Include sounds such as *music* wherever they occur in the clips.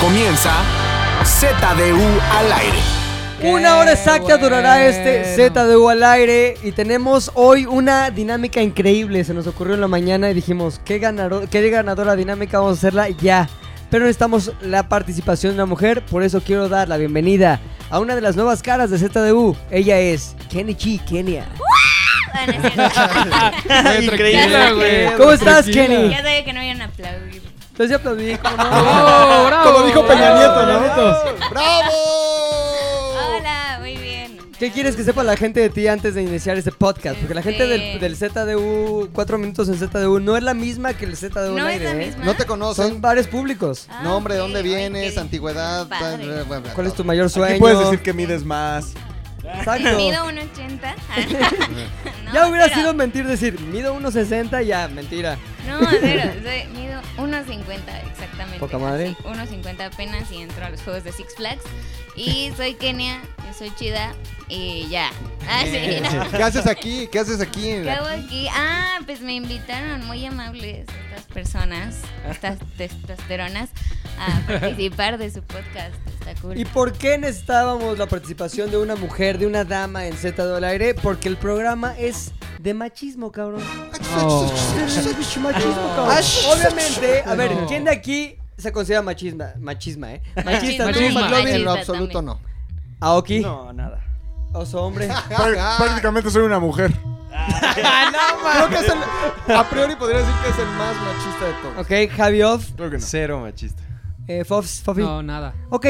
comienza ZDU al aire. Una hora exacta bueno. durará este ZDU al aire y tenemos hoy una dinámica increíble. Se nos ocurrió en la mañana y dijimos, ¿qué, ganaro- qué ganadora dinámica vamos a hacerla ya? Pero necesitamos la participación de una mujer, por eso quiero dar la bienvenida a una de las nuevas caras de ZDU. Ella es Kenichi Kenia. Ah, no es cierto. Increíble, güey. ¿Cómo estás, Tranquila. Kenny? ya sabía que no iban a aplaudir. Entonces aplaudí, ¿cómo no? ¡Bravo, bravo! Como dijo Peña Nieto, ¿no? Hola, muy bien. ¿Qué quieres que sepa la gente de ti antes de iniciar este podcast? Porque la gente del, Este- del ZDU, cuatro minutos en ZDU, no es la misma que el ZDU al No es aire, la ¿eh? misma. No te Son conocen. varios públicos. Ah, Nombre, ok, ¿dónde oye, vienes? qué Antigüedad. padre. bla, bla, bla, bla, ¿Cuál es tu *laughs* todo. mayor sueño? Aquí puedes decir que mides más. Exacto. *laughs* Mido 1.80. *laughs* *laughs* No, ya hubiera cero. sido mentir decir, mido 1.60, ya, mentira. No, cero. *laughs* Soy- Mido 1.50 exactamente. Poca madre. Así, 1.50 apenas y entro a los juegos de Six Flags. Y soy Kenia, yo soy chida y ya. *laughs* Ah, sí, no. ¿Qué haces aquí? ¿Qué haces aquí? ¿Qué hago aquí? Ah, pues me invitaron, muy amables estas personas, estas testosteronas, a participar de su podcast. Está cool. ¿Y por qué necesitábamos la participación de una mujer, de una dama en Z del aire? Porque el programa es de machismo, cabrón. machismo, cabrón. Obviamente, a ver, ¿quién de aquí se considera machisma? Machisma, ¿eh? Machista, tú, Machismo. McLovin. En lo Machista absoluto también. no. Aoki, No, nada. oso *laughs* hombre. Prá- Ah, Prácticamente soy una mujer. Ah, Creo que es el. A priori podría decir que es el más machista de todos. Ok, Javi Off, Creo que no. Cero machista. eh, Fofs, Fofi. No, nada, Ok,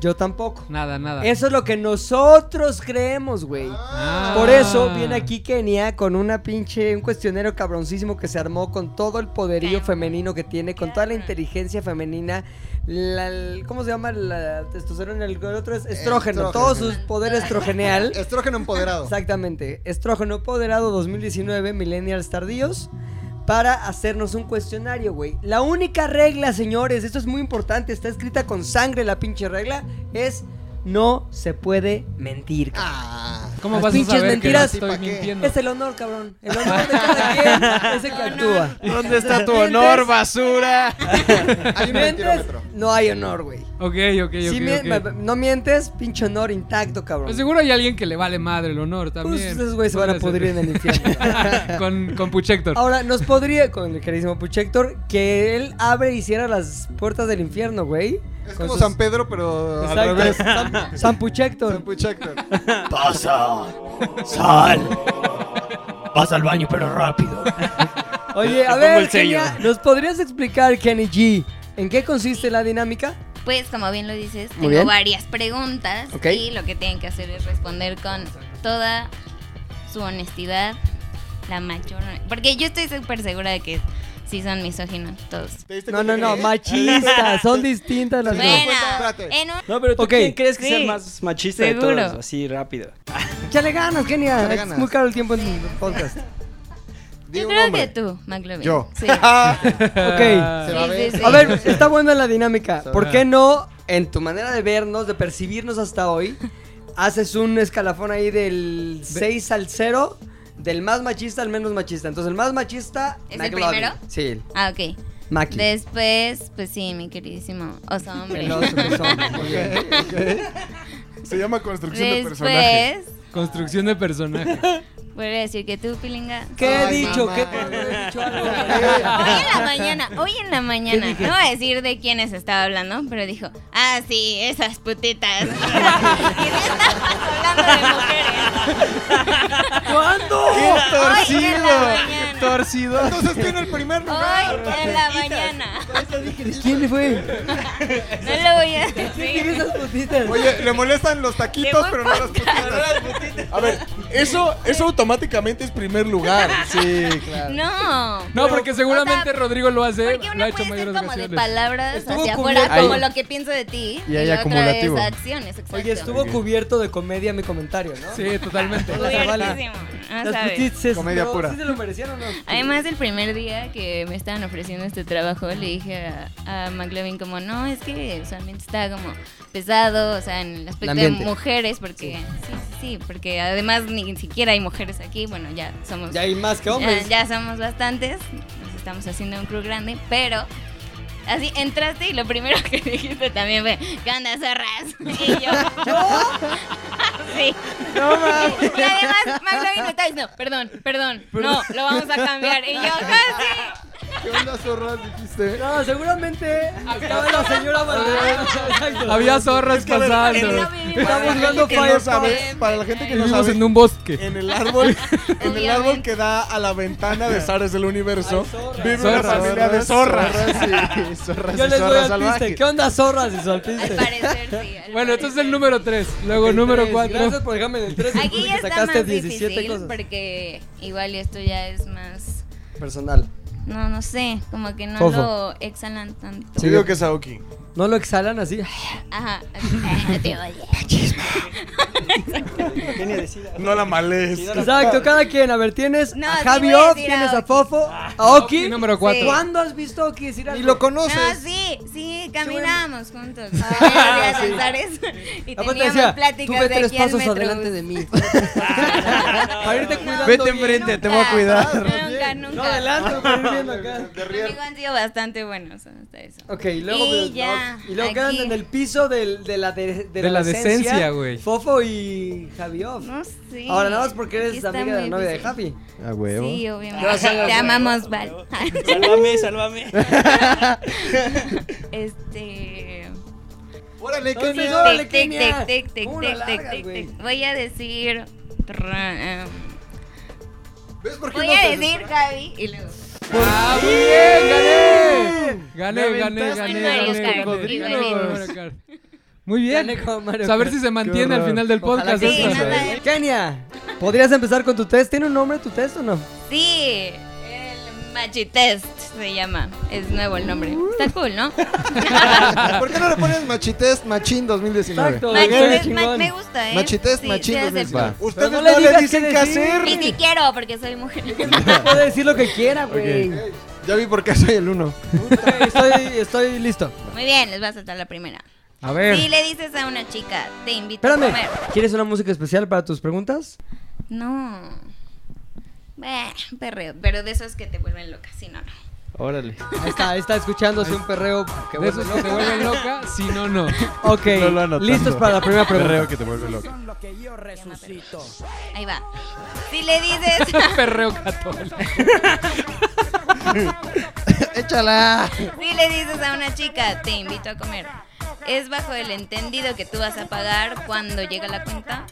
yo tampoco. nada, nada. Eso es lo que nosotros creemos, güey. Ah. Por eso viene aquí Kenia con una pinche, un cuestionario cabroncísimo que se armó con todo el poderío Cabrón. femenino que tiene, con toda la Cabrón. inteligencia femenina, la- el- ¿cómo se llama? La testosterona, el, el otro es Estrógeno. estrógeno, todos sus poderes *laughs* estrogeneal. ah, Estrógeno empoderado. Exactamente, estrógeno empoderado 2019, millennials tardíos, para hacernos un cuestionario, güey. La única regla, señores, esto es muy importante, está escrita con sangre la pinche regla, es no se puede mentir. cabrón. Ah. ¿Cómo Las vas a pinches saber mentiras. que no ¿Para estoy qué? mintiendo? Es el honor, cabrón. El honor de cada quien *laughs* es el que actúa. ¿Dónde está tu Mientes, honor, basura? Hay un Mientes, mentirómetro. no hay honor, güey. Ok, ok, Si ok, mien- ok. ba- ba- No mientes, pinche honor intacto, Pero cabrón. seguro hay alguien que le vale madre el honor Pues, también. esos güeyes se van a pudrir *laughs* en el infierno. con, con Puchector. Ahora, nos podría, con el carísimo Puchector, que él abre y cierra las puertas del infierno, güey. Es Con como sus- San Pedro, pero al Exacto, revés. *laughs* San, San Puchector. San Puchector. Oye, a ver, Kenia, ¿nos podrías explicar, Kenny G, en qué consiste la dinámica? Pues como bien lo dices, Muy tengo bien. varias preguntas Ok. y lo que tienen que hacer es responder con toda su honestidad, la mayor... Porque yo estoy súper segura de que sí son misóginos todos. No, no, ¿Eh? no, machistas, son distintas las dos. Bueno, espérate. en un... No, pero tú Ok. quién crees que es Sí. el más machista de Seguro. todos, así rápido. *laughs* Ya le ganas, Kenia. Ya le Es ganas. muy caro el tiempo en el *laughs* podcast. Di Yo un creo nombre. que tú, McLovin. Yo. Sí. Ah, Ok. Se va a Sí, ver. sí, sí. A ver, está buena la dinámica. Está ¿Por bien. qué no, en tu manera de vernos, de percibirnos hasta *laughs* hoy, haces un escalafón ahí del 6 al 0, del más machista al menos machista? Entonces, el más machista. ¿Es el McLovin. primero? Sí, Ah, ok. Maki. Después, pues sí, mi queridísimo oso hombre. El oso, el *laughs* oso. Se llama construcción de personaje. Después, *laughs* Construcción de personaje. voy a decir que tú, Pilinga. ¿Qué he Ay, dicho? mamá. ¿Qué he dicho algo? Hoy en la mañana, hoy en la mañana, no voy a decir de quiénes estaba hablando, pero dijo, ah, sí, esas putitas. *laughs* y no estabas hablando de mujeres. *laughs* ¿Cuándo? ¡Qué Hoy en la mañana. torcido! ¡Torcido! Entonces tiene el primer lugar. Hoy en la mañana. ¿Quién le fue? No lo voy a *laughs* ¿Quién decir. esas putitas? Oye, le molestan los taquitos, Qué pero no las buen *laughs* putitas. A ver, eso, eso automáticamente es primer lugar. Sí, claro. No. No, porque seguramente o sea, Rodrigo lo hace, Porque lo ha una hecho puede ser mayores como de ocasiones. palabras Estuvo hacia cubierto. afuera, como Ahí. lo que pienso de ti. Y Y, hay la otra es acumulativo. acciones, exacto. Oye, estuvo cubierto de comedia mi comentario, ¿no? *laughs* Sí, totalmente. O sea, vale. Cubiertísimo, no Las sabes. putitas, Comedia pero pura. ¿Sí se lo merecían o no? Además, el primer día que me estaban ofreciendo este trabajo, le dije a, a McLevin como, no, es que usualmente está como pesado, o sea, en el aspecto El de ambiente. mujeres, porque sí. sí, sí, porque además ni siquiera hay mujeres aquí, bueno, ya somos, Ya hay más que Ah, ya, hombres. ya somos bastantes, nos estamos haciendo un crew grande, pero Así entraste y lo primero *laughs* que dijiste también fue, ¿qué onda, zorras? *laughs* Y yo, *laughs* sí. No mames. Y además, McLovin me está diciendo, perdón, perdón, no, lo vamos a cambiar. Y yo, "Ah, casi. ¿Qué onda, zorras, dijiste? No, seguramente estaba la Ah. señora Valderrama. Exacto. Había zorras a ver, pasando. Para la buscando gente que no Firefox. sabe, para la gente que no Vivimos sabe, en un bosque. en el árbol, en el árbol Obviamente. que da a la ventana de Zares del universo, vive una Zorras. familia de zorras. y, zorras Yo y les doy zorras al piste. salvajes. ¿Qué onda, zorras y Al solpiste? parecer, sí. al Bueno, entonces el parecer. número 3, luego número Gracias 4. por dejarme en el 3. Aquí ya está más difícil porque igual y esto ya es más, Personal. no, no sé, como que no Fofo. lo exhalan tanto. Yo digo que es Aoki. No lo exhalan así. Ajá, así, te odio. No la males. Exacto, cada quien. A ver, tienes No, a sí Javi voy a Off, decir tienes a a Oki. Fofo, a Oki. Oki, número cuatro. Sí. ¿Cuándo has visto a Oki decir algo? Y lo No, conoces. sí, sí, caminábamos juntos. *laughs* Ah, sí. Y Aparte teníamos decía, tú pláticas vete de tres aquí al pasos metro. adelante *laughs* de *laughs* mí. *laughs* Para irte cuidando. Vete bien. enfrente, te voy Nunca, a cuidar. Nunca, nunca. No, *laughs* adelante, para ir viendo acá. Conmigo han sido bastante buenos hasta eso. Ok, y luego, Y ya, y luego aquí. quedan en el piso del- de la, de, De la decencia, güey. Fofo y Javi Off. No sé. Ahora nada más porque Aquí eres está amiga de la muy novia de difícil. Javi. A huevo. Sí, obviamente. Te amamos, Val. Sálvame, sálvame. *laughs* *laughs* este. Órale, qué Entonces, miedo. órale, Tic, tic, Kenia. tic, tic, tic, ¿Cómo la tic, tic, largas, tic, güey? tic. Voy a decir. tra- em, ¿Ves por qué Voy no a te- decir Javi y luego. ¡Ah, muy bien! ¡Gané! Me Gané, gané, aventaste gané, en Mario gané, Kart, cocodrilos. igualitos. Mario Kart. Muy Gané bien. con Mario O sea, a ver Kart. si se mantiene al horror. final del Ojalá podcast. que Sí, esto. nada de- Kenia, ¿podrías empezar con tu test? ¿Tiene un nombre tu test *laughs* o no? Sí, el Machitest se llama. Es nuevo el nombre. Uh. Está cool, *laughs* ¿no? *laughs* ¿Por qué no le pones machitest machín 2019? Exacto. Machitest chingón. ma- me gusta, ¿eh? Machitest Sí, machín sí, 2019. acepto. Ustedes Pero no, no le le digas qué dicen qué decir. hacer. Y ni quiero porque soy mujer. Puede decir lo que quiera, güey. Ya vi por qué soy el uno. Ok, Estoy, estoy listo. Muy bien, les voy a saltar la primera. A ver. Si le dices a una chica, te invito a Espérame, comer. ¿quieres una música especial para tus preguntas? No. Bueno, perreo, pero de esos que te vuelven loca, si no, no. Órale. Ahí está, ahí está escuchándose un perreo que De esos que te vuelven loca, si no, *laughs* no. Ok, No lo anotando. listos para la primera pregunta. que te vuelve loco. Ahí va. Si le dices, *laughs* Perreo católico. Échala. si le dices a una chica, te invito a comer. Es bajo el entendido que tú vas a pagar cuando llega la cuenta.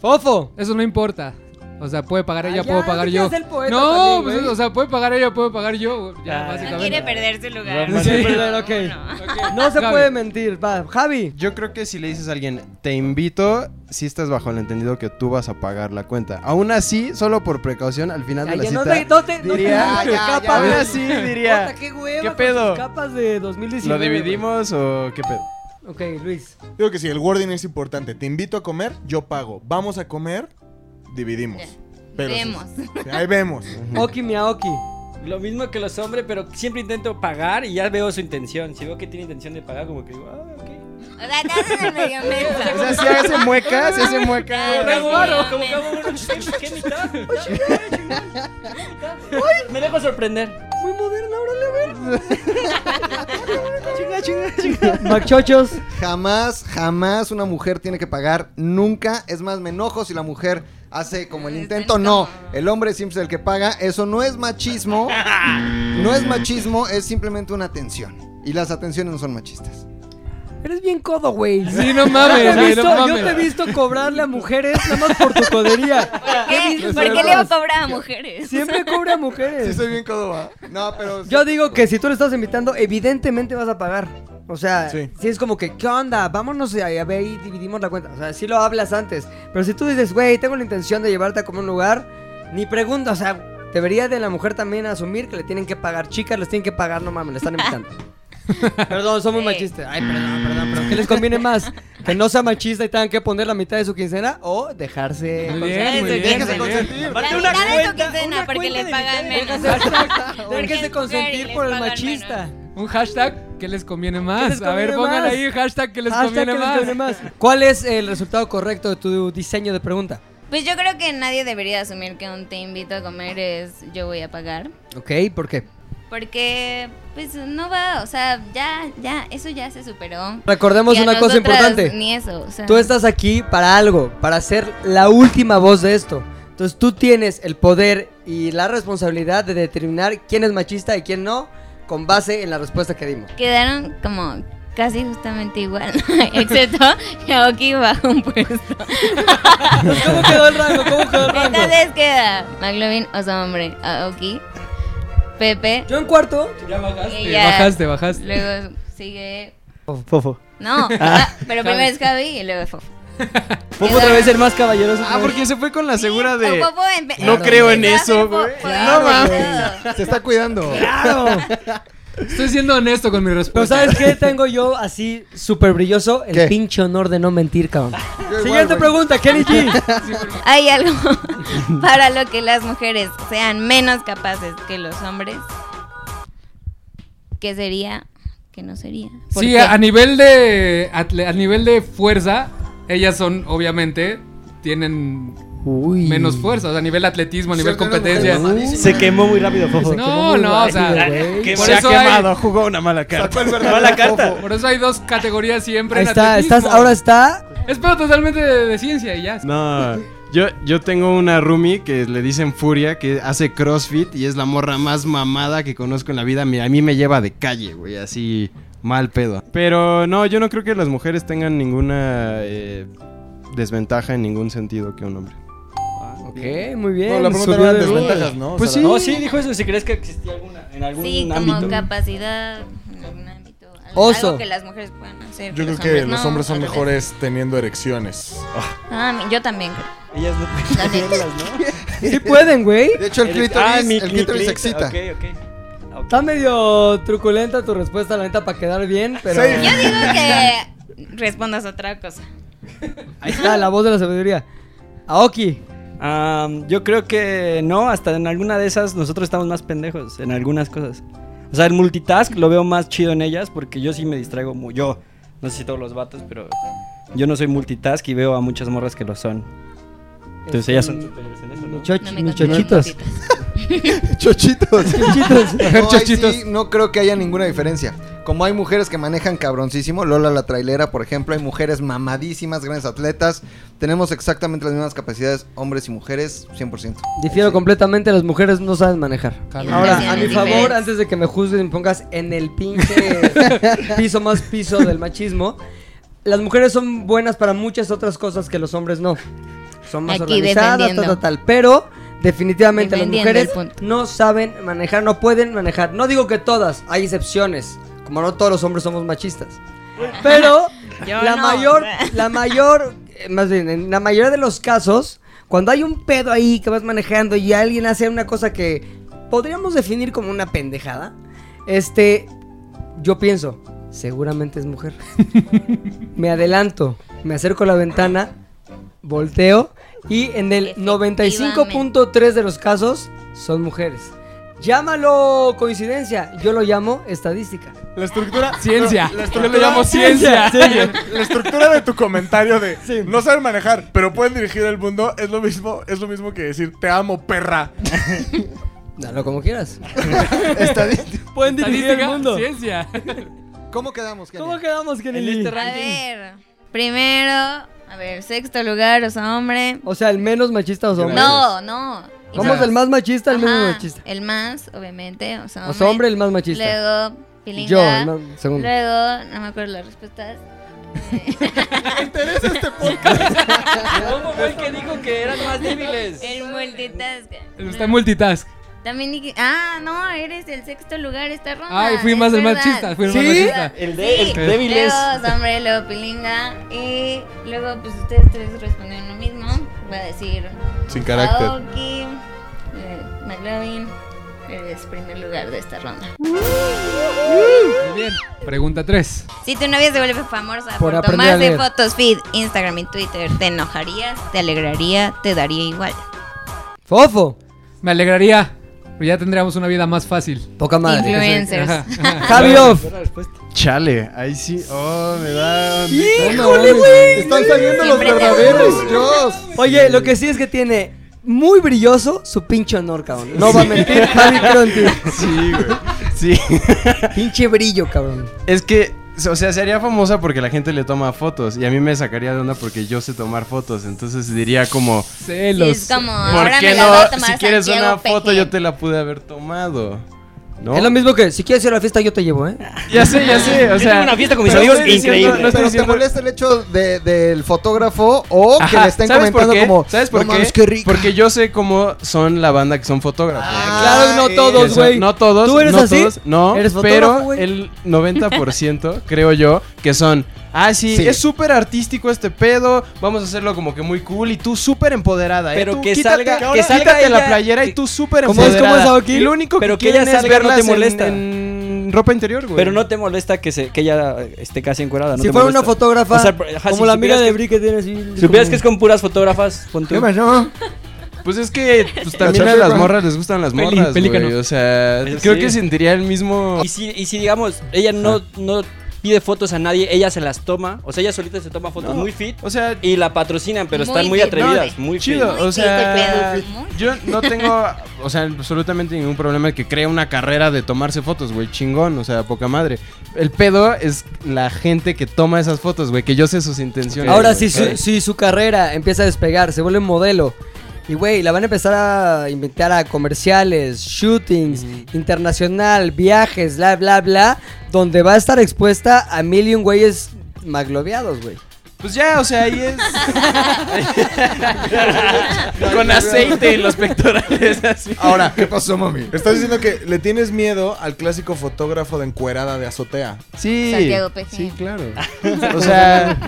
Fofo. Eso no importa. O sea, puede pagar ella, Ah, puedo ya, pagar tú yo. quieres ser poeta no, también, pues, güey. o sea, puede pagar ella, puede pagar yo. Ya, Ah. No básicamente. quiere perder su lugar. Normal. Sí, Sí. perdón, ok. No. No se Javi. puede mentir. Va, Javi. Yo creo que si le dices a alguien, te invito, si estás bajo el entendido que tú vas a pagar la cuenta. Aún así, solo por precaución, al final de Ay, la ya, no cita, te- no te- no te diría, hagas tus capas, aún güey. así Puta, diría, qué hueva ¿qué con pedo? tus capas de 2019. ¿lo dividimos *laughs* o qué pedo? Ok, Luis. Digo que sí, el wording es importante. Te invito a comer, yo pago. Vamos a comer, dividimos. Pero sí, Vemos. sí, ahí vemos. Oki Miaoki. Lo mismo que los hombres, pero siempre intento pagar y ya veo su intención. Si veo que tiene intención de pagar, como que digo, ah, ok. O sea, te hacen el medio *laughs* mensa. O sea, si hace mueca, si hace mueca. Claro, Como que hago un- pues, ¿Qué mitad? Me dejo sorprender. Muy moderna, órale, a ver. chinga, chinga, chinga. Machochos. Jamás, jamás una mujer tiene que pagar, nunca. Es más, me enojo si la mujer hace como el intento. No, el hombre siempre es el que paga. Eso no es machismo. No es machismo, es simplemente una atención. Y las atenciones no son machistas. Eres bien codo, güey. Sí, Yo no te, mames, he güey, no visto, yo te he mames. visto cobrarle a mujeres nada más por tu codería. He ¿Qué? ¿Por visto qué le va a esas. cobrar a mujeres? Siempre cobra a mujeres. Sí, soy bien codoba. No, pero. Yo digo que si tú le estás invitando, evidentemente vas a pagar. O sea, Sí. si es como que, ¿qué onda? Vámonos a, a ver y dividimos la cuenta. O sea, si lo hablas antes. Pero si tú dices, güey, tengo la intención de llevarte a comer un lugar, ni pregunta. O sea, debería de la mujer también asumir que le tienen que pagar. Chicas, les tienen que pagar, no mames, le están *laughs* invitando. perdón, somos Sí. machistas. Ay, perdón, perdón, pero ¿qué les conviene más? ¿Que no sea machista y tengan que poner la mitad de su quincena o dejarse. Muy consentir? bien, muy bien. Déjese muy bien. *laughs* La Aparte, una mitad de su cuenta, quincena una porque le cuenta pagan menos. *laughs* Porque es Déjense mujer y consentir les por el pagan machista. menos. Un hashtag que les conviene ¿Qué más. les a ver, conviene pongan más? ahí hashtag que les Hashtag conviene que les más. conviene más. ¿Cuál es el resultado correcto de tu diseño de pregunta? Pues yo creo que nadie debería asumir que un te invito a comer es yo voy a pagar. Ok, ¿por qué? Porque, pues, no va, o sea, ya, ya, eso ya se superó. Recordemos Y a una cosa nosotras importante. Ni eso, o sea. Tú estás aquí para algo, para ser la última voz de esto. Entonces tú tienes el poder y la responsabilidad de determinar quién es machista y quién no con base en la respuesta que dimos. Quedaron como casi justamente igual, *laughs* excepto que Aoki bajó un puesto. ¿Cómo quedó el rango? ¿Cómo quedó el rango? Entonces queda McLovin, oso hombre, Aoki, Pepe, Yo en cuarto. y Eh, ya. Bajaste, bajaste. Luego sigue... Fofo. *laughs* No, ah, pero primero es Javi y luego es Fofo. Fofo otra vez el más caballeroso. Ah, porque se fue con la segura Sí, de. Fofo empe- No empezó creo en a hacer eso, Fofo güey. y Claro, todo. güey. Se está cuidando. *laughs* Estoy siendo honesto con mi Pero respuesta. ¿sabes qué tengo yo así súper brilloso? El ¿Qué? pinche honor de no mentir, cabrón. igual, Siguiente güey. pregunta, Kenny G. Hay algo *laughs* para lo que las mujeres sean menos capaces que los hombres. ¿Qué sería? ¿Qué no sería? ¿Por Sí, qué? a, a nivel de atle- a nivel de fuerza, ellas son obviamente tienen Uy. menos fuerza, o sea, a nivel atletismo, a nivel competencia. Se quemó muy rápido, Fofo. No, no, o sea, Que por se ha eso hay- quemado, jugó una mala carta. Mala carta. por eso hay dos categorías siempre Ahí en está, atletismo. estás, ahora está. Es pedo totalmente de, de ciencia y ya. No. Yo, yo tengo una roomie que le dicen Furia, que hace CrossFit y es la morra más mamada que conozco en la vida. Mi- A mí me lleva de calle, güey, así mal pedo. Pero no, yo no creo que las mujeres tengan ninguna eh, desventaja en ningún sentido que un hombre. Ok, muy bien. No, la pregunta subió era de- desventajas, ¿no? O Pues sea, sí. la- No, sí, dijo eso, si crees que existía alguna, en algún Sí, como ámbito. capacidad en algún ámbito. al- Oso. Algo que las mujeres puedan hacer. Yo creo que los hombres son mejores teniendo erecciones. Ah, mi- yo también creo. Ellas no La neta. tenerlas, *laughs* ¿no? Sí pueden, güey. De hecho, el Eres- clítoris, Ah, mi- el mi clítoris clítoris, excita. ok, ok. Ok. Está medio truculenta tu respuesta, la neta, para quedar bien, pero Sí. Yo digo que respondas otra cosa. ahí está la voz de la sabiduría. Aoki, Am, Ah, yo creo que no, hasta en alguna de esas nosotros estamos más pendejos en algunas cosas. O sea, el multitask lo veo más chido en ellas porque yo sí me distraigo muy. Yo, no sé si todos los vatos, pero yo no soy multitask y veo a muchas morras que lo son. Entonces ellas son superiores en eso, Este, ¿no? choch- No me mis contaron chochitos. patitas. Chochitos. Chochitos. No, ahí Chochitos. sí, no creo que haya ninguna diferencia. Como hay mujeres que manejan cabroncísimo, Lola la trailera, por ejemplo, hay mujeres mamadísimas, grandes atletas. Tenemos exactamente las mismas capacidades, hombres y mujeres, 100%. Difiero *laughs* completamente, las mujeres no saben manejar. Carlos. Ahora, a Situaciones mi favor, diferentes. antes de que me juzguen y me pongas en el *laughs* pinche piso más piso del machismo, las mujeres son buenas para muchas otras cosas que los hombres no. Son más Aquí organizadas, tal, defendiendo. tal, tal. Pero definitivamente las Defendiendo el mujeres punto. no saben manejar, no pueden manejar. No digo que todas, hay excepciones. Como no todos los hombres somos machistas. Pero *laughs* Yo la no. *laughs* mayor, la mayor, eh, más bien, en la mayoría de los casos, cuando hay un pedo ahí que vas manejando y alguien hace una cosa que podríamos definir como una pendejada, este, yo pienso, seguramente es *laughs* mujer. me adelanto, me acerco a la ventana, volteo y en el 95.3 de los casos son mujeres. Llámalo coincidencia, yo lo llamo estadística. La estructura. Ciencia. La Yo le estructura, llamo ciencia. La estructura de tu comentario de no saben manejar, pero pueden dirigir el mundo es lo mismo, es lo mismo que decir te amo, perra. Dalo como quieras. *laughs* Estadística. Pueden Estadística, Ciencia. ¿Cómo quedamos, Kenia? ¿Cómo quedamos, Kennedy? A ver, primero, a ver, sexto lugar, oso hombre. O sea, el menos machista o hombre. No, no. Vamos del más machista al menos Ajá, machista. El más, obviamente, o sea, O sea, hombre, el más machista. Luego, pilinga. Yo, el más- segundo. Luego, no me acuerdo las respuestas. ¿Cómo fue el que dijo que eran más débiles? El multitask. Está en multitask. También dije, ah, no, eres el sexto lugar esta ronda. Ay, fui es más el verdad. machista, fui el más ¿Sí? machista. El de- el débil luego, es- hombre, luego pilinga. Y luego, pues ustedes tres respondieron lo mismo. Voy a decir, Sin Aoki, eh, McLovin, eres primer lugar de esta ronda. Muy bien. Pregunta 3. Si tu novia se vuelve famosa Por por, aprender a tomarse leer. fotos, feed, Instagram y Twitter, ¿te enojarías? ¿Te alegraría? ¿Te daría igual? Fofo. Me alegraría, pero ya tendríamos una vida más fácil. Poca madre. Influencers. Ajá. Javi Off. Chale, ahí sí. Oh, me da. ¡Híjole, güey! Están saliendo los Siempre te- *laughs* verdaderos, Dios. Oye, lo que sí es que tiene *laughs* muy brilloso su pinche honor, cabrón. No va a mentir, Javi Cronti. Sí, güey. Sí. Pinche brillo, cabrón. Es que, o sea, se haría famosa porque la gente le toma fotos. Y a mí me sacaría de onda porque yo sé tomar fotos. Entonces diría como, Sí, Celos. es como, ¿por Ah, ahora qué me la va a no? tomar Si quieres Santiago una foto, Pejé. yo te la pude haber tomado. ¿No? Es lo mismo que si quieres ir a la fiesta, yo te llevo, ¿eh? Ah, Ya sé, ya sé. O Yo tengo sea, una fiesta con mis pero amigos estoy diciendo- increíble. no estoy pero diciendo- te molesta el hecho de- del fotógrafo o que Ajá, le estén ¿sabes por comentando qué? como. ¿Sabes por "No qué? mames, qué rica". Porque yo sé cómo son la banda que son fotógrafos. Ah, claro, no eh, Que todos, son- güey. No todos. ¿Tú eres no así? todos, no, ¿Eres fotógrafo, pero güey? el 90% *laughs* creo yo que son. Ah, sí, Sí. es súper artístico este pedo. Vamos a hacerlo como que muy cool. Y tú súper empoderada. ¿eh? Pero Tú que quítate- salga- que salga quítate la ella- playera y que- tú súper ¿Cómo es- empoderada. cómo es, Aoki? Y lo único Pero que, que ella quieren es salga no te verlas en- molesta. En, ropa interior, güey. Pero no te molesta que, se, que ella eh, esté casi encuerada. No si te fuera molesta. una fotógrafa, O sea, por- ajá, como si la supieras amiga que- de Bri que tiene así. Si supieras como- que es con puras fotógrafas, pon tú. ¿Qué pasó? Pues es que *laughs* pues, también a las morras les gustan las Peli- morras, pelícano. güey. O sea, Eso creo sí. que sentiría el mismo... Y si, y si digamos, ella no, no pide fotos a nadie, ella se las toma. O sea, ella solita se toma fotos No. muy fit. O sea, Y la patrocinan, pero Muy están muy fit. atrevidas, No, muy chido. Muy O sea, fit, muy fit. yo no tengo, o sea, absolutamente ningún problema que crea una carrera de tomarse fotos, güey. Chingón, o sea, poca madre. El pedo es la gente que toma esas fotos, güey, que yo sé sus intenciones. Ahora, güey, si su, ¿sabes? si su carrera empieza a despegar, se vuelve un modelo. Y güey, la van a empezar a invitar a comerciales, shootings, internacional, viajes, bla, bla, bla. Donde va a estar expuesta a mil y un güeyes maglobeados, güey. Pues ya, o sea, ahí es... *laughs* Con aceite en los pectorales, así. Ahora, ¿qué pasó, mami? Estás diciendo que le tienes miedo al clásico fotógrafo de encuerada de azotea. Sí. Santiago Pejé. Sí, *laughs* claro. O sea,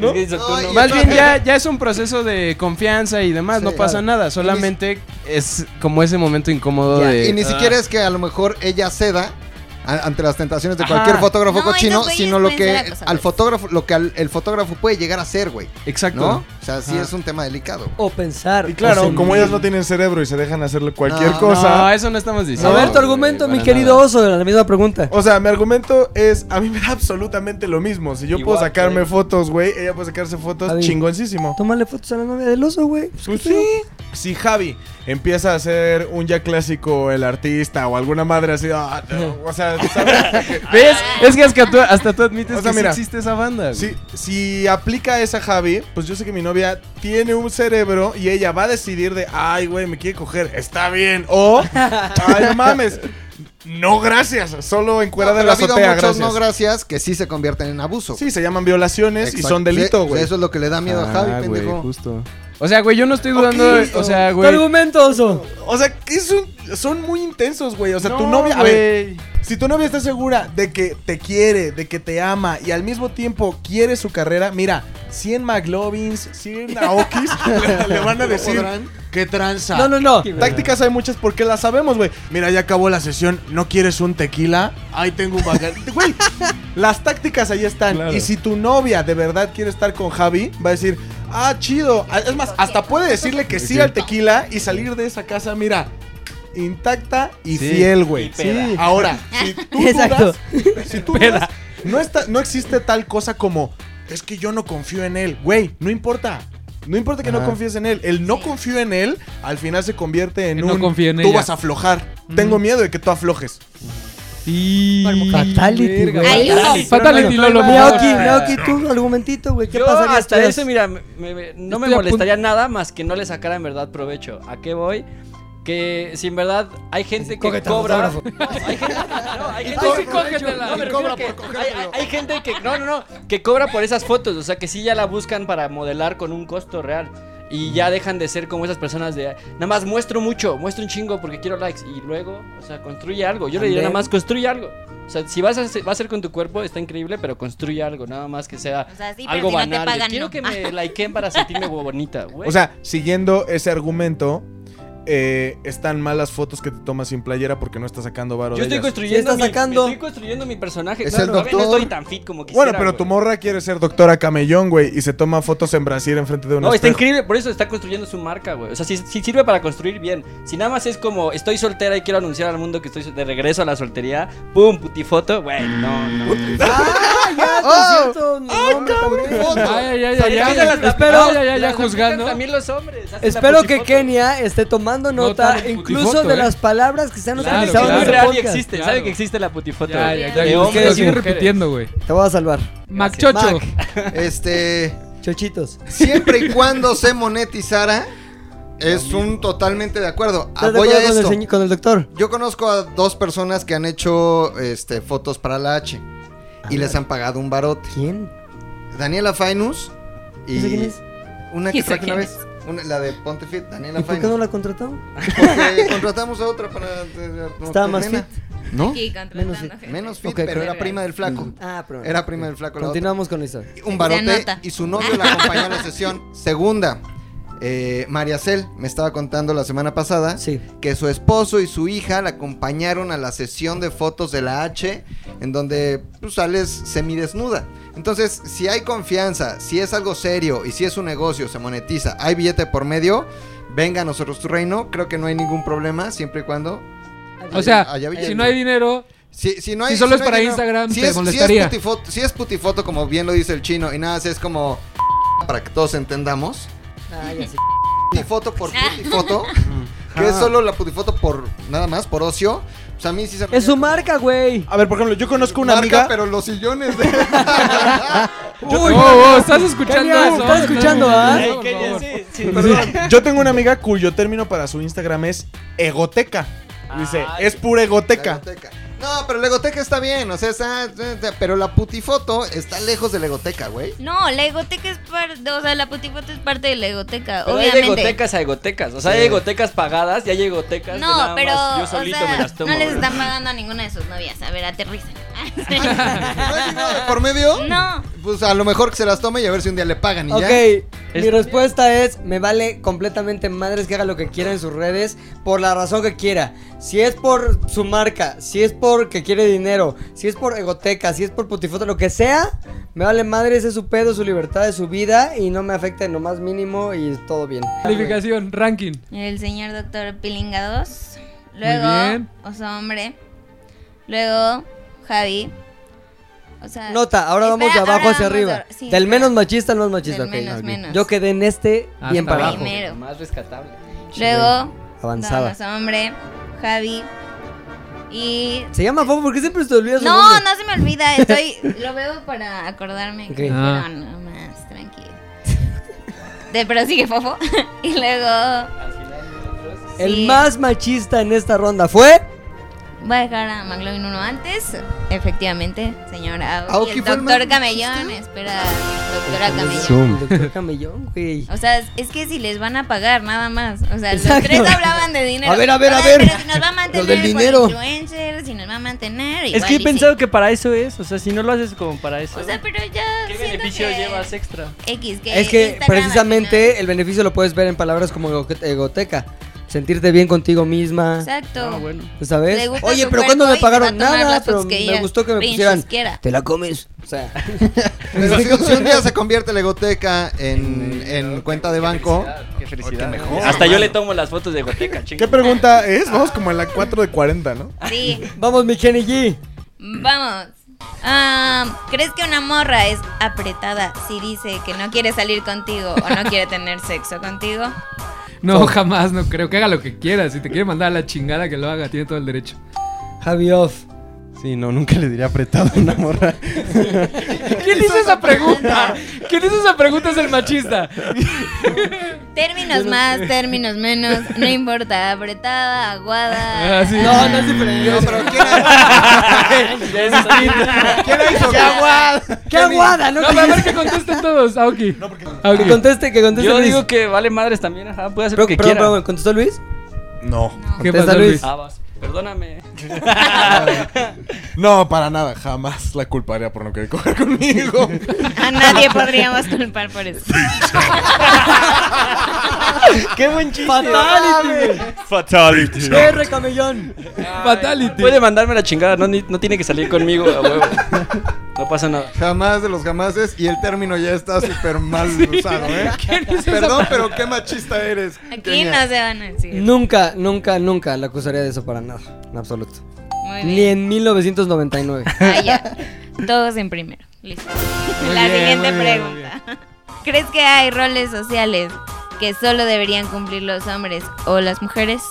¿No? Es que eso tú Ay, no- más bien ya, ya es un proceso de confianza y demás, Sí, no pasa claro. nada, solamente es como ese momento incómodo Ya, de... Y Ah. ni siquiera es que a lo mejor ella ceda a- ante las tentaciones de Ajá. cualquier fotógrafo No, cochino, esos güeyes sino lo pueden que ser acosadores. al fotógrafo, lo que al- el fotógrafo puede llegar a ser, güey. Exacto. ¿No? O sea, sí es un tema delicado. O pensar. Y claro, o sentir. como ellas no tienen cerebro y se dejan hacerle cualquier No, No, cosa. eso no estamos A diciendo. ver tu güey, argumento, para mi querido nada. oso, la misma pregunta. O sea, mi argumento es, a mí me da absolutamente lo mismo. Si yo puedo Igual, sacarme güey. fotos, güey, ella puede sacarse fotos A ver. Oh. chingoncísimo. Tómale fotos a la novia del oso, güey. Pues, Pues ¿qué pedo? sí. Si Javi empieza a ser un ya clásico el artista o alguna madre así, ah, *laughs* no, o sea, ¿sabes? ¿Ves? Es que hasta tú, hasta tú admites O sea, que sí mira, existe esa banda. güey. Si, si aplica esa Javi, pues yo sé que mi novia tiene un cerebro y ella va a decidir de, ay, güey, me quiere coger, está bien. O, ay, no mames, no gracias, solo encuerda No, de pero la ha habido azotea, muchos gracias. no gracias que sí se convierten en abuso. sí, se llaman violaciones y Exacto. son delito, Sí, güey. Eso es lo que le da miedo a Javi, Ah, güey, pendejo. justo. O sea, güey, yo no estoy dudando, o sea, Tu güey. argumento, oso. O sea, que es un- son muy intensos, güey. O sea, tu No, novia, a ver, güey. si tu novia está segura de que te quiere, de que te ama y al mismo tiempo quiere su carrera, mira, 100 McLovins, 100 Aokis *laughs* le, le van a decir qué Ah. tranza. No, no, no. Tácticas hay muchas porque las sabemos, güey. Mira, ya acabó la sesión. ¿No quieres un tequila? Ahí tengo un bagar. *laughs* Güey, las tácticas ahí están. Y si tu novia de verdad quiere estar con Javi, va a decir, ah, chido. Es más, hasta puede decirle que sí al tequila y salir de esa casa, mira, intacta y Sí. fiel, güey. Y peda. Sí. Ahora, si tú Exacto. dudas, si tú dudas, no, está, no existe tal cosa como, es que yo no confío en él. Güey, no importa. No importa que no Ajá. confíes en él. El no Sí. confío en él, al final se convierte en El no un confío en tú ella". vas a aflojar. Tengo miedo de que tú aflojes. Sí. Fatality, Verga, güey. Ay, fatality. ojo. Fatality, Pero no, Lolo. no, no, Miyaki, no, no, Miyaki, tu argumentito, güey. ¿Qué Yo pasaría si hasta tuvieras- eso, mira, me- me- no me Estoy a molestaría nada más que no le sacara en verdad provecho. ¿A qué voy? Que si en verdad hay gente que Cógete al cobra. fotógrafo. *laughs* No, hay gente, no, hay gente cobra que por cógetela. No, me Y refiero cobra que por hay, cogértelo. hay- hay gente que no, no, no, que cobra por esas fotos, o sea, que sí ya la buscan para modelar con un costo real. Y ya dejan de ser como esas personas de nada más muestro mucho, muestro un chingo porque quiero likes. Y luego, o sea, construye algo. Yo le diría nada También. más construye algo. O sea, si vas a hacer, vas a hacer con tu cuerpo, está increíble, pero construye algo, nada más que sea O sea, sí, pero algo si no te banal. de, pagan, Quiero no". que *laughs* me likeen para sentirme bonita, güey. O sea, siguiendo ese argumento, eh, están malas fotos que te tomas sin playera porque no estás sacando varo yo de estoy ellas. construyendo, Sí, está mi, sacando. estoy construyendo mi personaje. Es claro, el a ver, no doctor. estoy tan fit como quisiera. Bueno, pero tu güey. morra quiere ser doctora camellón, güey, y se toma fotos en Brasil enfrente de una No, está increíble, por eso está construyendo su marca, güey. O sea, si, sirve para construir bien. Si nada más es como, estoy soltera y quiero anunciar al mundo que estoy de regreso a la soltería, pum, putifoto, güey, no, no. Ah, ya, Oh. no es cierto. No, hombre, también. Ay, ay, ay, ay, Sacando ay. las Espero- tapitas. ay, ay, ay, juzgando. También los hombres. hacen la Espero que putifoto. Kenia esté tomando nota, Nota de incluso putifoto, de ¿eh? las palabras que se han Claro, utilizado claro. en Es este real y podcast. existe. Claro. Sabe que existe la putifoto. Ya, ya, ya. De Y hombres ustedes y siguen mujeres. repitiendo, güey. Te voy a salvar. Macchocho. Mac, Este, chochitos. siempre y cuando se *laughs* monetizara, es un totalmente de acuerdo. Ah, ¿Estás de voy a acuerdo con el esto. señ- con el doctor? Yo conozco a dos personas que han hecho este, fotos para la H y les han pagado un barote. ¿Quién? Daniela Fainus y ¿Ese quién es? una que ¿Ese traje una quién vez, una- la de Ponte Fit, ¿Y Daniela por qué no Fainus. la contrató? Porque *laughs* contratamos a otra para Estaba más nena. fit. ¿No? Aquí Menos contratando gente. Menos fit, Ok, pero era correcto. prima del flaco. Ah, pero. Era prima del flaco la otra. Continuamos con la historia. un barote anota. y su novio la acompañó a la sesión. Segunda, eh, María Cel me estaba contando la semana pasada Sí. que su esposo y su hija la acompañaron a la sesión de fotos de la H, en donde pues, sales semidesnuda. Entonces, si hay confianza, si es algo serio y si es un negocio, se monetiza, hay billete por medio, venga a nosotros tu reino, creo que no hay ningún problema, siempre y cuando... O sea, Allá vi- si no hay dinero, Si, si no hay, Si solo es no hay para dinero- Instagram, te si es, si es molestaría. putifoto- si es putifoto, como bien lo dice el chino, y nada, si es como... Para que todos entendamos. Ah, ya sé. putifoto *laughs* por putifoto. que es solo la putifoto por nada más, por ocio. Pues a mí sí se me- Es su marca, güey. A ver, por ejemplo, yo conozco una Marca, amiga. pero los sillones de. Uy, oh, oh, estás escuchando Kenia, eso. ¿estás escuchando, ah? Por Ay, favor, Kenia, por favor. sí, sí. Perdón, yo tengo una amiga cuyo término para su Instagram es egoteca. Dice, Ay. es pura egoteca. La egoteca. No, pero la egoteca está bien, o sea, está, pero la putifoto está lejos de la egoteca, güey. No, la egoteca es parte, o sea, la putifoto es parte de la egoteca, Pero hay de obviamente. egotecas a egotecas. O sea, hay egotecas pagadas y hay egotecas. que No, nada pero más o Yo solito sea, me las tomo. no les güey. están pagando a ninguna de sus novias. A ver, *laughs* aterrizan. *laughs* ¿No hay dinero de por medio? *laughs* no. Pues a lo mejor que se las tome y a ver si un día le pagan y Ok, ya. mi respuesta es, me vale completamente madres que haga lo que quiera en sus redes por la razón que quiera. Si es por su marca, si es porque quiere dinero, si es por egoteca, si es por putifoto, lo que sea, me vale madres, es su pedo, su libertad, es su vida y no me afecta en lo más mínimo y todo bien. Calificación, ranking. El señor doctor Pilinga 2. Muy Luego, bien. oso hombre. Luego, Javi. O sea, Nota, ahora vamos Eh, Espera, de abajo ahora hacia vamos arriba. de- sí, Del espera. menos machista al más machista. Del ok. menos, Ok. menos. Yo quedé en este bien Hasta para abajo. primero. Más rescatable. Luego, Avanzaba. Oso hombre, Javi. Y. Se llama Fofo, ¿por qué siempre te olvidas su No, nombre? no se me *laughs* olvida. Estoy. lo veo para acordarme. Ok. Que Ah. fueron más tranquilo. De, pero sigue fofo. *laughs* y luego. sí, El más machista en esta ronda fue... Voy a dejar a McLovin uno antes. Efectivamente, señora. Aoki. Aoki el fue el doctor más Camellón. Espera, doctora Camellón. Zoom. El doctor Camellón, güey. O sea, es- es que si les van a pagar, nada más. O sea, Exacto. los tres hablaban de dinero. A ver, a ver, O a sea, ver. Pero si nos va a mantener Lo del con dinero. influencers, si nos va a mantener. Es igual que y he sí. pensado que para eso es. O sea, si no lo haces como para eso. O sea, pero ya. ¿Qué siento beneficio que- llevas extra? X, que Es que Instagram al precisamente final- el beneficio lo puedes ver en palabras como ego- egoteca. Sentirte bien contigo misma. Exacto. Ah, bueno. ¿Sabes? Le gusta Oye, su pero ¿cuándo me cuerpo y se va a pagaron? tomar Nada, las pero fotos que me ella gustó que me pinches pusieran. quiera. Te la *laughs* comes. O sea, Pero si, si un día se convierte la egoteca en, en cuenta de banco, Qué felicidad. Porque mejor. Hasta yo le tomo las fotos de egoteca, ¿Qué chinga. pregunta es? Vamos como en la 4 de 40, ¿no? *laughs* Sí. vamos, mi Kenny G. Vamos. Ah, ¿Crees que una morra es apretada si dice que no quiere salir contigo o no quiere tener sexo contigo? No, jamás, no creo. Que haga lo que quiera. Si te quiere mandar a la chingada, que lo haga. Tiene todo el derecho. Javi Off. Sí, no, nunca le diría apretado a una morra. ¿Quién hizo esa pregunta? ¿Quién hizo esa pregunta es el machista? Términos más, términos menos, no importa, apretada, aguada. Ah, sí. No, no es No, pero ¿quién, ¿quién la hizo? ¡Qué aguada! No, No, pero a ver que contesten todos. Aoki. Aoki. que conteste, que conteste *laughs* Yo Luis. digo que vale madres también, ajá, puede hacer Pero- lo que perdón, quiera. perdón, ¿contestó Luis? No. ¿Qué Contesta pasó, Luis. Luis? Ah, vas. Perdóname. No, para nada. Jamás la culparía por no querer coger conmigo. A nadie podríamos culpar por eso. Qué buen chiste. ¡Fatality! Fatality. ¡R, camellón! Fatality. Puede mandarme la chingada, no, ni- no tiene que salir conmigo, a huevo. No pasa nada. Jamás de los jamases y el término ya está súper *laughs* mal usado, ¿eh? Perdón, pero qué machista eres. Aquí Kenia. no se van a decir. Nunca, nunca, nunca la acusaría de eso para nada. En absoluto. Muy Ni bien. en 1999. Ah, ya. Todos en primero. Listo. Muy La bien, siguiente muy bien, muy pregunta. ¿Crees que hay roles sociales que solo deberían cumplir los hombres o las mujeres?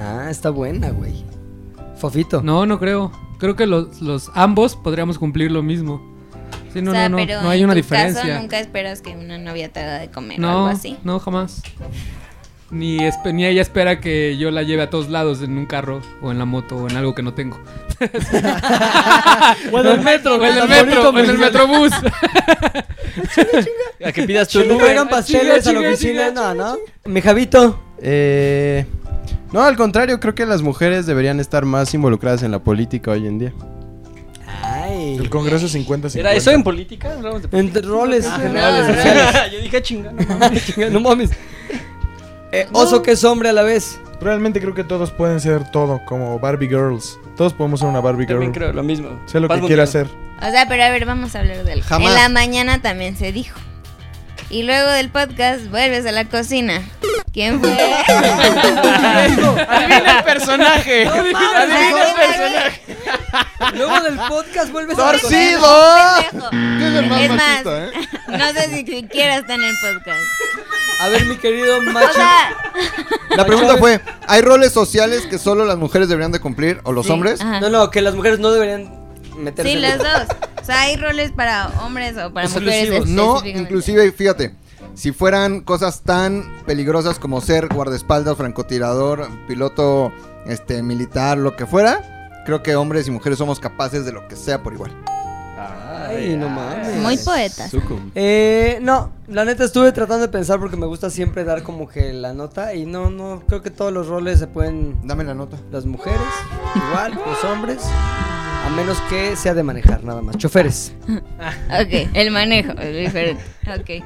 Ah, está buena, güey. Fofito. No, no creo. Creo que los, los ambos podríamos cumplir lo mismo. Sí, no, o sea, no, no, pero no hay en una tu diferencia. caso nunca esperas que una novia te haga de comer o algo no, así. no, jamás. Ni, espe- ni ella espera que yo la lleve a todos lados en un carro o en la moto o en algo que no tengo. O *laughs* en el metro, O en el tan bonito metro, o en el comercial. metrobús. *laughs* A que pidas tu ¿Tú no Uber. llegan pasteles a chinga, la chinga, oficina? chinga, No, no. Mi Javito. Eh, no, al contrario, creo que las mujeres deberían estar más involucradas en la política hoy en día. El Ay. Congreso 50 ¿Era eso en política? Hablamos de Entre roles generales No, sociales. *laughs* *laughs* Yo dije chinga. no mames. Chinga, no mames. Eh, oso que es hombre a la vez. Realmente creo que todos pueden ser todo, como Barbie Girls. Todos podemos ser una Barbie También Girl. creo lo mismo. Sé lo Paz que quiera mundial. hacer. O sea, pero a ver, vamos a hablar del. Jamás. En la mañana también se dijo. Y luego del podcast vuelves a la cocina. ¿Quién *laughs* fue? *laughs* ¡Adivina el personaje! Adivina el personaje. Luego del podcast vuelves a Pendejo. ¿Quién es el más Es más, machista, eh? no sé si siquiera está en el podcast. A ver, mi querido O macho. sea, La pregunta fue, ¿hay roles sociales que solo las mujeres deberían de cumplir o los sí, hombres? ajá. No, no, que las mujeres no deberían meterse. Sí, en- los dos. O sea, hay roles para hombres o para mujeres. No, específicamente. inclusive, fíjate, si fueran cosas tan peligrosas como ser guardaespaldas, francotirador, piloto este militar, lo que fuera, creo que hombres y mujeres somos capaces de lo que sea por igual. Ay, no mames. Muy poetas. Eh, no, la neta estuve tratando de pensar porque me gusta siempre dar como que la nota y no, no, creo que todos los roles se pueden Dame la nota. las mujeres, igual, los hombres, a menos que sea de manejar nada más. Choferes. Ok, el manejo es diferente. Ok.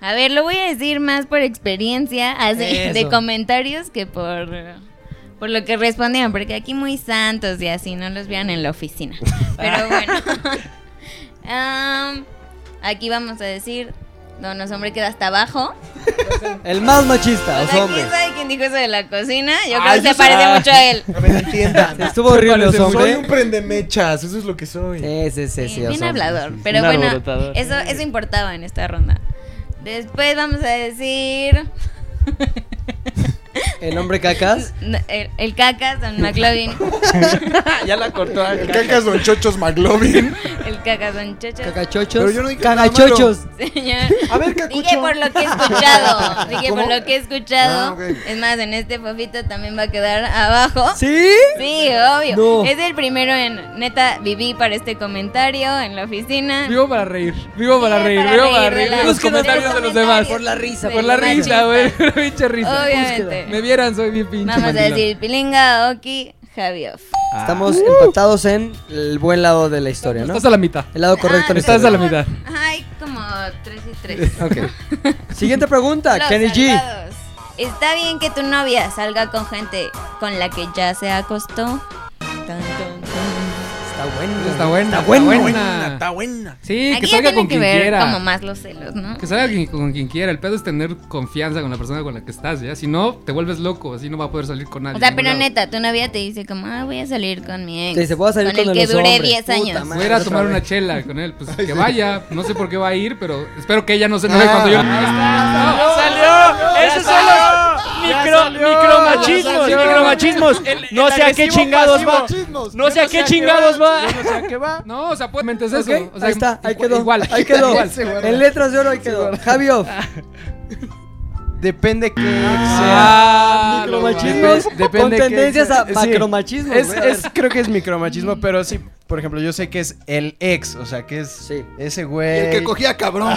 A ver, lo voy a decir más por experiencia, así, de Eso. comentarios que por, eh, por lo que respondían, porque aquí muy santos y así, no los vean en la oficina. Pero bueno. Am, aquí vamos a decir, no, no, hombre, queda hasta abajo. El más machista, O los sea, ¿quién hombres. sabe quién dijo eso de la cocina? Yo creo que se parece mucho a él. A ver, entiendan. Estuvo horrible los Soy un hombres. prendemechas, eso es lo que soy. Sí, sí, sí, sí. Bien los hombres. hablador, pero Un bueno, alborotador. eso, eso importaba en esta ronda. Después vamos a decir... El hombre cacas. No, El, el cacas, Don McLovin. Ya la cortó. al El caca. cacas don chochos McLovin. El cacas, Don Chocho. Cacachochos. Pero yo no dije cagachochos. Señor. A ver, Dije Cacucho. por lo que he escuchado. Dije por ¿Cómo? lo que he escuchado. Ah, ok. Es más, en este fofito también va a quedar abajo. ¿Sí? Sí, obvio. No. Es el primero en. Neta, viví para este comentario en la oficina. Vivo para reír, vivo para Vive reír, para vivo reír para de reír. la- de los de los comentarios de los demás. comentarios. Por la risa. Sí. Por la Machista. risa, güey. Una *laughs* pinche risa. Obviamente. Me vieran, soy bien pinche. Vamos a mandilón. decir Pilinga, Oki, Javioff. Estamos empatados en el buen lado de la historia, ¿no? Uh. Estás a la mitad. El lado correcto. en Estás esta a la mitad. Ah, Ay, como tres y tres. Ok. Siguiente pregunta, Los Kenny G. salvados. Está bien que tu novia salga con gente con la que ya se acostó. Tan, tan, tan. Está bueno. Está buena. Está Está buena. Sí, Aquí que ya salga tiene con que quien ver quiera. como más los celos, ¿no? Que salga quien- con quien quiera. El pedo es tener confianza con la persona con la que estás, ¿ya? Si no, te vuelves loco. Así no va a poder salir con nadie. O sea, de pero ningún lado. neta, tu novia te dice como, ah, voy a salir con mi ex. Te dice, voy a salir con el que los duré hombres. 10 Puta madre. años. Voy a ir a Otra tomar vez. una chela con él. Pues que vaya. No sé por qué va a ir, pero espero que ella no se enoje Ah. cuando yo. No, ¡Salió! ¡Esos son los micro, micromachismos! salió. ¡Micromachismos! No sé a qué chingados va. No sé a qué chingados va. no, o sea, pues. mente es Ok, eso. O sea, ahí está, ahí igual- quedó. Igual. Ahí quedó. *laughs* Igual. En letras de oro ahí quedó. Javi Off. Depende que Ah, sea. Micromachismos Depe- con qué tendencias sea. a macromachismo, Es, güey. es- creo que es micromachismo, pero sí, por ejemplo, yo sé que es el ex, o sea, que es Sí. ese Y güey. El que cogía cabrón.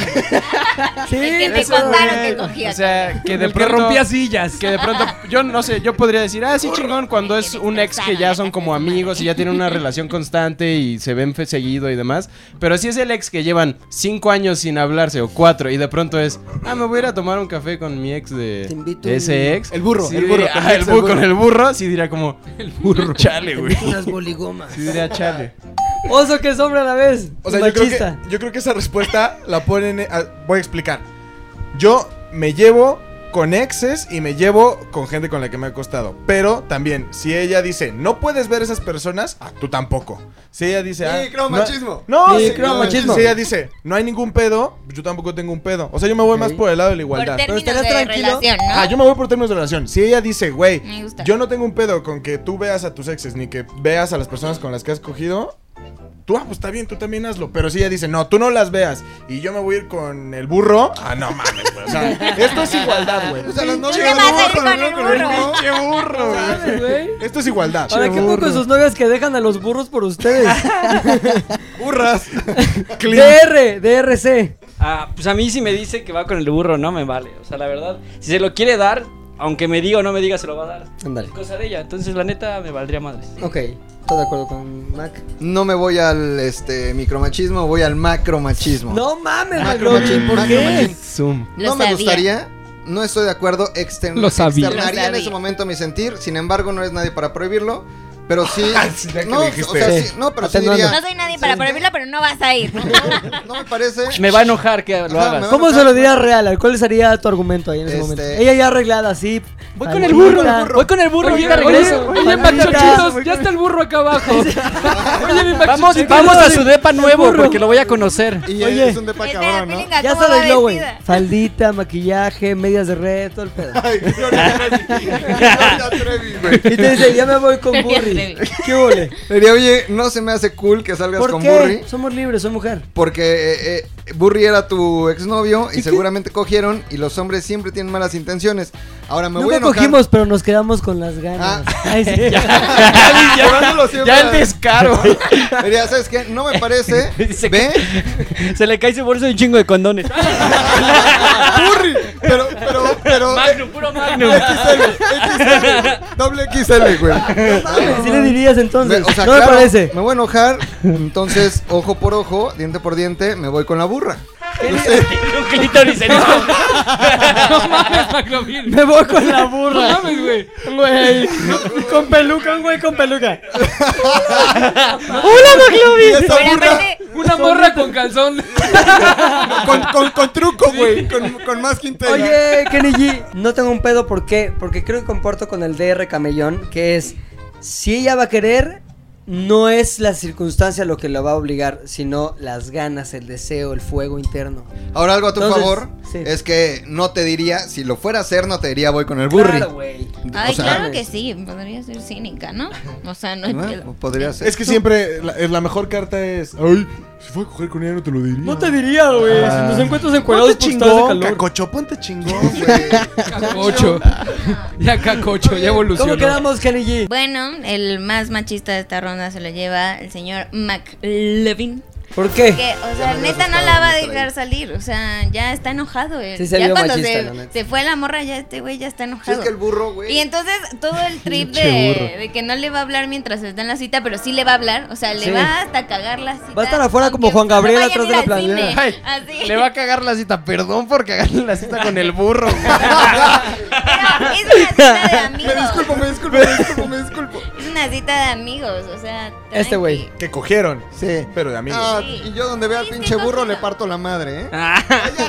Sí, El que te eso, contaron que Güey, cogía. O sea, que El de que pronto rompía sillas. que de pronto yo no sé, yo podría decir, "Ah, sí chingón", cuando es un ex que ¿eh? ya son como amigos y ya tienen una relación constante y se ven fe- seguido y demás, pero si es el ex que llevan cinco años sin hablarse o cuatro y de pronto es, "Ah, me voy a ir a tomar un café con mi ex de Te invito de ese un- ex." El burro, Sí el burro, diría- con ah, el el ex, bu- el burro. con el burro, sí diría como el burro chale, güey. Unas boligomas. Sí diría chale. Oso que sombra a la vez. O sea, yo creo, que, machista. yo creo que esa respuesta la ponen. eh, ah, voy a explicar. Yo me llevo con exes y me llevo con gente con la que me ha costado. Pero también, si ella dice, no puedes ver esas personas, ah, tú tampoco. Si ella dice, ah, Micromachismo. No, no, si- Micromachismo. Si ella dice, no hay ningún pedo, pues yo tampoco tengo un pedo. O sea, yo me voy más por el lado de la Por igualdad. términos de estarás tranquilo. relación, *laughs* ¿no? Ah, yo me voy por términos de relación. Si ella dice, güey, Me gusta. yo no tengo un pedo con que tú veas a tus exes ni que veas a las personas con las que has cogido, tú, ah, pues está bien, tú también hazlo. Pero si ella dice, no, tú no las veas y yo me voy a ir con el burro, ah, no mames, güey. *laughs* O sea, esto es igualdad, güey. O sea, las Tú novias te vas a ir burro, con el burro. ¡Qué burro, ¿Sabes, güey? güey! Esto es igualdad. Ahora, ¿qué poco sus novias que dejan a los burros por ustedes? *laughs* Burras. DR, DRC. Ah, pues a mí si me dice que va con el burro, no me vale. O sea, la verdad, si se lo quiere dar, aunque me diga o no me diga, se lo va a dar. Ándale. Es cosa de ella. Entonces, la neta, me valdría madres. Ok, ¿estás de acuerdo con Mac? *laughs* No me voy al este micromachismo, voy al macromachismo. No mames, Macromachismo, Macrochin, ¿por qué? macromachismo. Zoom. Lo no me sabía. gustaría. No estoy de acuerdo. extern- Lo sabía. Lo Externaría sabía. en ese momento mi sentir. Sin embargo, no es nadie para prohibirlo. Pero *laughs* sí. Ah, Sí, ya que no, o dijiste. sea, Sí. sí, no, pero sí Atenuando. diría. No soy nadie para prohibirlo, pero no vas a ir. *laughs* No, no me parece. *laughs* Me va a enojar que lo Ajá, hagas. me va- ¿Cómo se lo diría real? Al? ¿Cuál sería tu argumento ahí en ese Este- momento? Ella ya arreglada, así. Voy con el burro, voy con el burro, ahorita regreso. Oye, oye, Panchochitos, ya está el burro acá abajo. Oye, mi Vamos, Panchochitos. vamos a su depa nuevo porque lo voy a conocer. Y Oye. es un depa Espera, cabrón, ¿no? Pilinga, Ya ¿cómo se va arregló, güey. vestida? Faldita, maquillaje, medias de red, todo el pedo. Ay, Gloria Trevi. Gloria Trevi, güey. Y te dice, *laughs* ya me voy con Gloria Burri. Trevi. ¿Qué ole? Le diría, oye, no se me hace cool que salgas ¿Por con qué? Burry. Somos libres, soy mujer. Porque eh, eh, Burry era tu exnovio y seguramente cogieron y los hombres siempre tienen malas intenciones. Ahora me voy a Nunca enojar. cogimos, pero nos quedamos con las ganas. Ah. Ay, sí. Llevándolo siempre Ya el a- descaro. Diría, ¿sabes qué? No me parece. *laughs* Dice Ve, *laughs* Se le cae su bolso de un chingo de condones. Burry. Pero, pero, pero. Magnum, puro Magnum. *laughs* XL, doble XL, güey. Sí le dirías entonces. Me- o sea, no claro, me parece. Me voy a enojar. Entonces, ojo por ojo, diente por diente, me voy con la burra. Un clítoris en el- *laughs* No mames, Maclovin. Me voy con la burra. No mames, güey. Con peluca, un güey con peluca. Y esta Pero burra aparte, Una *laughs* morra con calzón. con, con- con truco, güey. Con, con más quintero. Oye, Kenny G, no tengo un pedo, ¿por qué? Porque creo que comporto con el DR Camellón, que es, si ella va a querer, no es la circunstancia lo que la va a obligar, sino las ganas, el deseo, el fuego interno. Ahora algo a tu Entonces, favor sí. es que no te diría, si lo fuera a hacer, no te diría voy con el burri. Claro, güey. Ay, *laughs* O sea, pues. claro que sí, podría ser cínica, ¿no? O sea, no hay ¿no? pedo. Podría ser. Es que siempre la, la mejor carta es, ay, si fue a coger con ella no te lo diría. No te diría, güey. Si Ah. nos encuentras encuadrados, Ponte pues estás de chingón, calor. cacocho, ponte chingón, güey. Cacocho. Ya cacocho, ya ¿Cómo evolucionó. quedamos, Kenny G? Bueno, el más machista de esta ronda se lo lleva el señor McLevin. ¿Por qué? Que, o sea, me había neta no asustado la va a de estar dejar ahí. salir. O sea, ya está enojado. él. Sí se ya vio cuando machista, se, la neta. se fue la morra, ya este güey ya está Si enojado. es que el burro, Y güey. entonces todo *laughs* el trip de, de que no le va a hablar mientras está en la cita, pero sí le va a hablar, o sea, le Sí. va hasta cagar la cita. Va a estar afuera aunque como Juan no Gabriel vayan atrás a de ir la al playera. cine. Ay, Así. Le va a cagar la cita, perdón por cagarle la cita con el burro. *laughs* Pero es *laughs* una cita de Me disculpo, amigos. me disculpo, me disculpo, me disculpo. Es una cita de amigos, o sea. Este tranqui. güey. Que cogieron. Sí. Pero de amigos. Ah, Sí. y yo donde vea al Sí, sí, pinche burro cógelo. le parto la madre, ¿eh?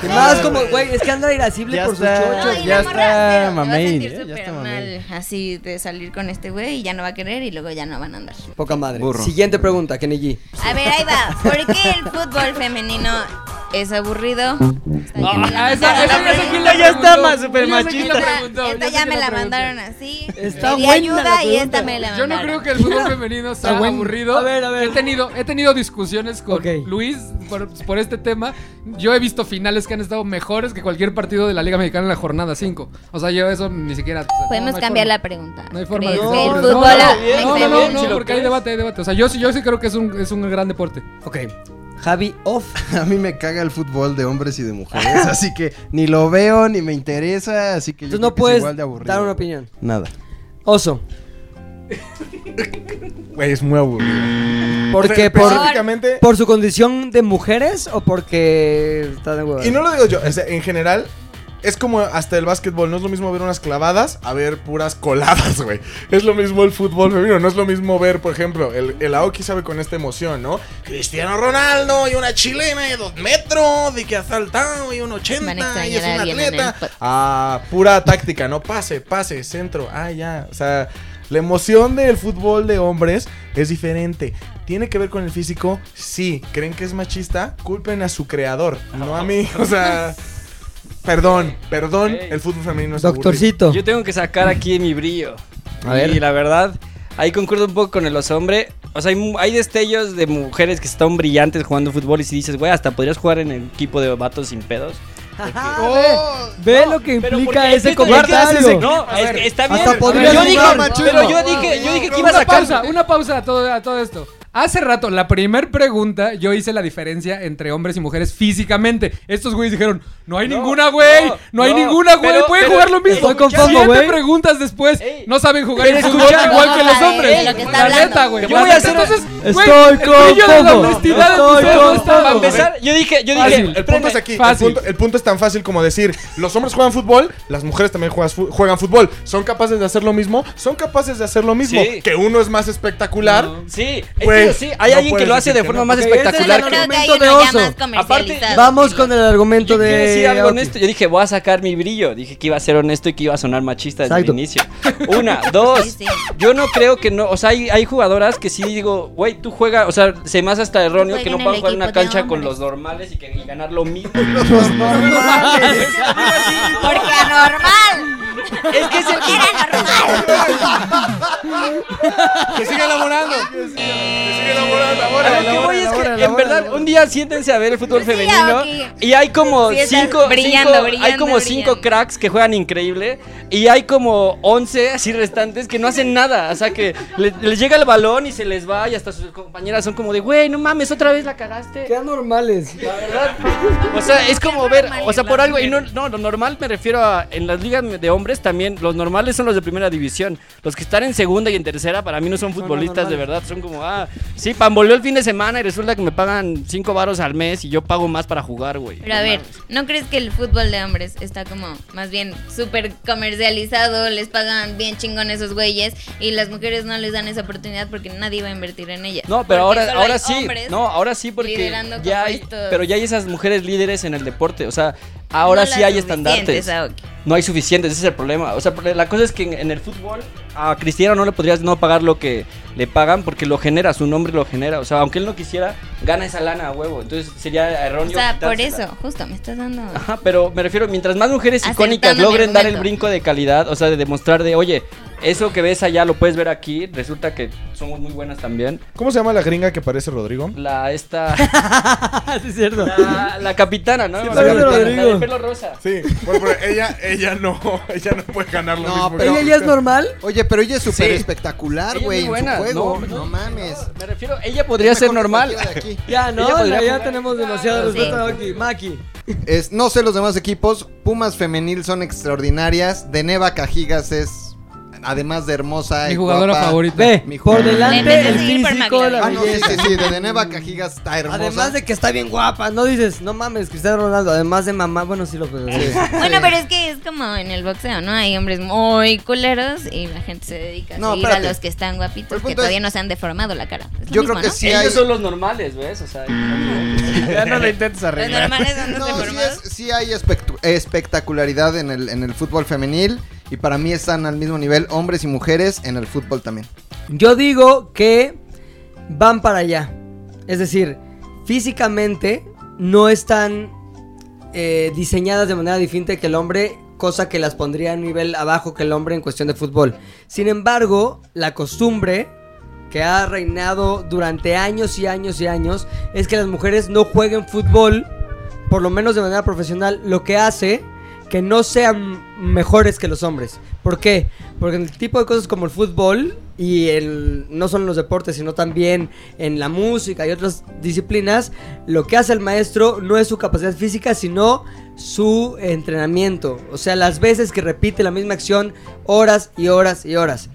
Y Más como, güey, es que anda irascible Ya por sus está. chochos. No, y ya la está morra se- se va a mamey, sentir ¿eh? Ya súper está mamey. mal así de salir con este güey y ya no va a querer y luego ya no van a andar. Poca madre. Burro. Siguiente pregunta, Kenny G. A ver, ahí va. ¿Por qué el fútbol femenino es aburrido? Ah, esa, esa ya sé quién la la preguntó. Ya está preguntó. más super Ya sé quién la machista. preguntó, Esta sé ya quién me la preguntó. mandaron así. Está Pedí buena ayuda la y pregunta. esta me la Yo no mandaron. creo que el fútbol *laughs* femenino sea aburrido. A ver, a ver. He tenido, he tenido discusiones con Ok. Luis por, por este tema. Yo he visto finales que han estado mejores que cualquier partido de la Liga Mexicana en la jornada 5. O sea, yo eso ni siquiera. o sea, no, Podemos no hay cambiar forma. la pregunta. No hay forma ¿Crees de que que sea el aburrido. fútbol No, a- No, está no, no, bien? no, Sí, lo porque hay debate, hay debate. O sea, yo sí, yo sí creo que es un, es un gran deporte. Ok. Javi off. *laughs* A mí me caga el fútbol de hombres y de mujeres, así que ni lo veo ni me interesa, así que yo Tú no creo que es puedes igual de aburrido. dar una opinión. Nada. Oso. Güey, es muy aburrido. ¿Por qué? Por, Específicamente- ¿Por su condición de mujeres o porque está de hueva? Y no lo digo yo, o sea, en general, es como hasta el básquetbol, no es lo mismo ver unas clavadas a ver puras coladas, güey. Es lo mismo el fútbol femenino, no es lo mismo ver, por ejemplo, el, el Aoki sabe con esta emoción, ¿no? Cristiano Ronaldo y una chilena de dos metros, de que ha saltado y un Van a 80 extrañar y es a un alguien en el atleta. podcast. Ah, pura táctica, ¿no? Pase, pase, centro, ah, ya. O sea, la emoción del fútbol de hombres es diferente. ¿Tiene que ver con el físico? Sí. ¿Creen que es machista? Culpen a su creador, no a mí. *laughs* O sea, perdón, perdón, Ok. el fútbol femenino es aburrido. Doctorcito. Yo tengo que sacar aquí mi brillo. A y ver. la verdad, ahí concuerdo un poco con el oso hombre. O sea, hay, mu- hay destellos de mujeres que están brillantes jugando fútbol y si dices, güey, hasta podrías jugar en el equipo de vatos sin pedos. Ah, Ve lo que implica ese comentario. No, es que está bien. Hasta podrías yo jugar dije, machismo. pero yo dije, yo dije que iba Una a sacar. pausa, una pausa a todo, a todo esto. Hace rato, la primer pregunta, yo hice la diferencia entre hombres y mujeres físicamente. Estos güeyes dijeron, no hay ninguna, güey. No, no, hay no, ninguna, güey. pero- Pueden pero- jugar lo mismo. Estoy con Fongo, Siete güey. preguntas después, Ey. no saben jugar el fútbol escucha- igual que los Ey, hombres. de lo que está la hablando. neta, güey. Yo voy La a neta, hacer- entonces, güey, Estoy con el brillo de la Fongo. honestidad en Estoy tus ojos con está Para bajo. empezar, yo dije, yo dije, Fácil. El punto es aquí, el Fácil. punto, el punto es tan fácil como decir, los hombres juegan fútbol, las mujeres también juegas fu- juegan fútbol, son capaces de hacer lo mismo, son capaces de hacer lo mismo, Sí. que uno es más espectacular, Sí, Güey, es que sí, hay no alguien que lo puedes hace decir de que forma no. más Ok, ese es el espectacular. Yo que- creo que hay Argumento de uno ya oso. más comercializado. Vamos con el argumento Yo de. quiero decir algo Aoki. honesto. Yo dije, voy a sacar mi brillo. Dije que iba a ser honesto y que iba a sonar machista desde Exacto. el inicio. Una, *laughs* dos. Sí, sí. Yo no creo que no. O sea, hay, hay jugadoras que sí digo, güey, tú juegas. O sea, se me hace hasta erróneo que Juega no en puedan el jugar en una equipo de cancha con hombres. los normales y, que, y ganar *laughs* lo mismo. Porque anormal. es que es el. Porque era normal. que siga elaborando, que siga elaborando, A ahora, lo que voy es que, en verdad, un día siéntense a ver el fútbol Sí, femenino ok. y hay como Sí, estás cinco, brillando, cinco- hay brillando, como cinco brillando. cracks que juegan increíble y hay como 11 así restantes que no hacen nada, o sea que le- les llega el balón y se les va y hasta sus compañeras son como de, güey, no mames, otra vez la cagaste. Qué anormales. La verdad, o sea, es como ver, normal o sea, es por la algo, y no, no, lo normal me refiero a, en las ligas de hombres también, los normales son los de primera división, los que están en segunda y en tercera para mí no son futbolistas de verdad, son como, ah, sí, pamboleó el fin de semana y resulta que me pagan cinco varos al mes y yo pago más para jugar, güey. Pero a No ver, mames. ¿no crees que el fútbol de hombres está como más bien súper comercializado? Les pagan bien chingón esos güeyes y las mujeres no les dan esa oportunidad porque nadie va a invertir en ellas. No, pero Porque ahora, solo ahora hay sí. hombres No, ahora sí porque liderando como ya hay, estos- pero ya hay esas mujeres líderes en el deporte. O sea, ahora No sí las hay suficientes, ah, estandartes. Aoki. No hay suficientes, ese es el problema. O sea, porque la cosa es que en, en el fútbol a Cristiano no le podrías no pagar lo que le pagan porque lo genera, su nombre lo genera. O sea, aunque él no quisiera, gana esa lana a huevo. Entonces sería O erróneo. sea, por quitársela. eso, justo me estás dando. Ajá, pero me refiero, mientras más mujeres Acertando icónicas mi logren dar el argumento. brinco de calidad, o sea, de demostrar de, oye, eso que ves allá lo puedes ver aquí, resulta que somos muy buenas también. ¿Cómo se llama la gringa que parece Rodrigo? La esta. sí, es cierto. La, la capitana, ¿no? la parece capitana, Rodrigo. la del pelo rosa. Sí, bueno, pero ella, ella no, *laughs* ella no puede ganar lo No, mismo. pero- ¿Ella ya es normal? Oye, pero ella es súper Sí. espectacular, Ella es güey, muy en su buena, juego. no, No, no, mames. Me refiero, ella podría Es ser mejor que normal. cualquiera de aquí. Ya, Ella no, podría ya, jugar. tenemos demasiado Sí. respeto a Aoki. Maki. Es- no sé los demás equipos. Pumas femenil son extraordinarias. De Neva Cajigas es, además de hermosa. Mi y jugadora guapa. favorita. Mi Ve, por Juan. delante Debes el seguir por físico, McLaren. la Ah, no, sí, belleza. sí, sí. De Neva Cajigas está hermosa. Además de que está bien guapa, no dices, no mames, Cristiano Ronaldo, además de mamá, bueno, sí lo puedo decir. Bueno, pero es que es como en el boxeo, ¿no? Hay hombres muy culeros y la gente se dedica a No, seguir espérate. a los que están Pero el guapitos punto que todavía es- no se han deformado la cara. Es lo Yo mismo, creo que ¿no? sí Ellos hay... son los normales, ¿ves? O sea, *laughs* Ya no la intentes Los arreglar. normales son los No, sí, deformados. es- sí hay espectu- espectacularidad en el, en el fútbol femenil. Y para mí están al mismo nivel hombres y mujeres en el fútbol también. Yo digo que van para allá. Es decir, físicamente no están eh, diseñadas de manera diferente que el hombre, cosa que las pondría a nivel abajo que el hombre en cuestión de fútbol. Sin embargo, la costumbre que ha reinado durante años y años y años es que las mujeres no jueguen fútbol, por lo menos de manera profesional, lo que hace que no sean mejores que los hombres. ¿Por qué? Porque en el tipo de cosas como el fútbol y el, no solo en los deportes, sino también en la música y otras disciplinas, lo que hace el maestro no es su capacidad física, sino su entrenamiento. O sea, las veces que repite la misma acción horas y horas y horas.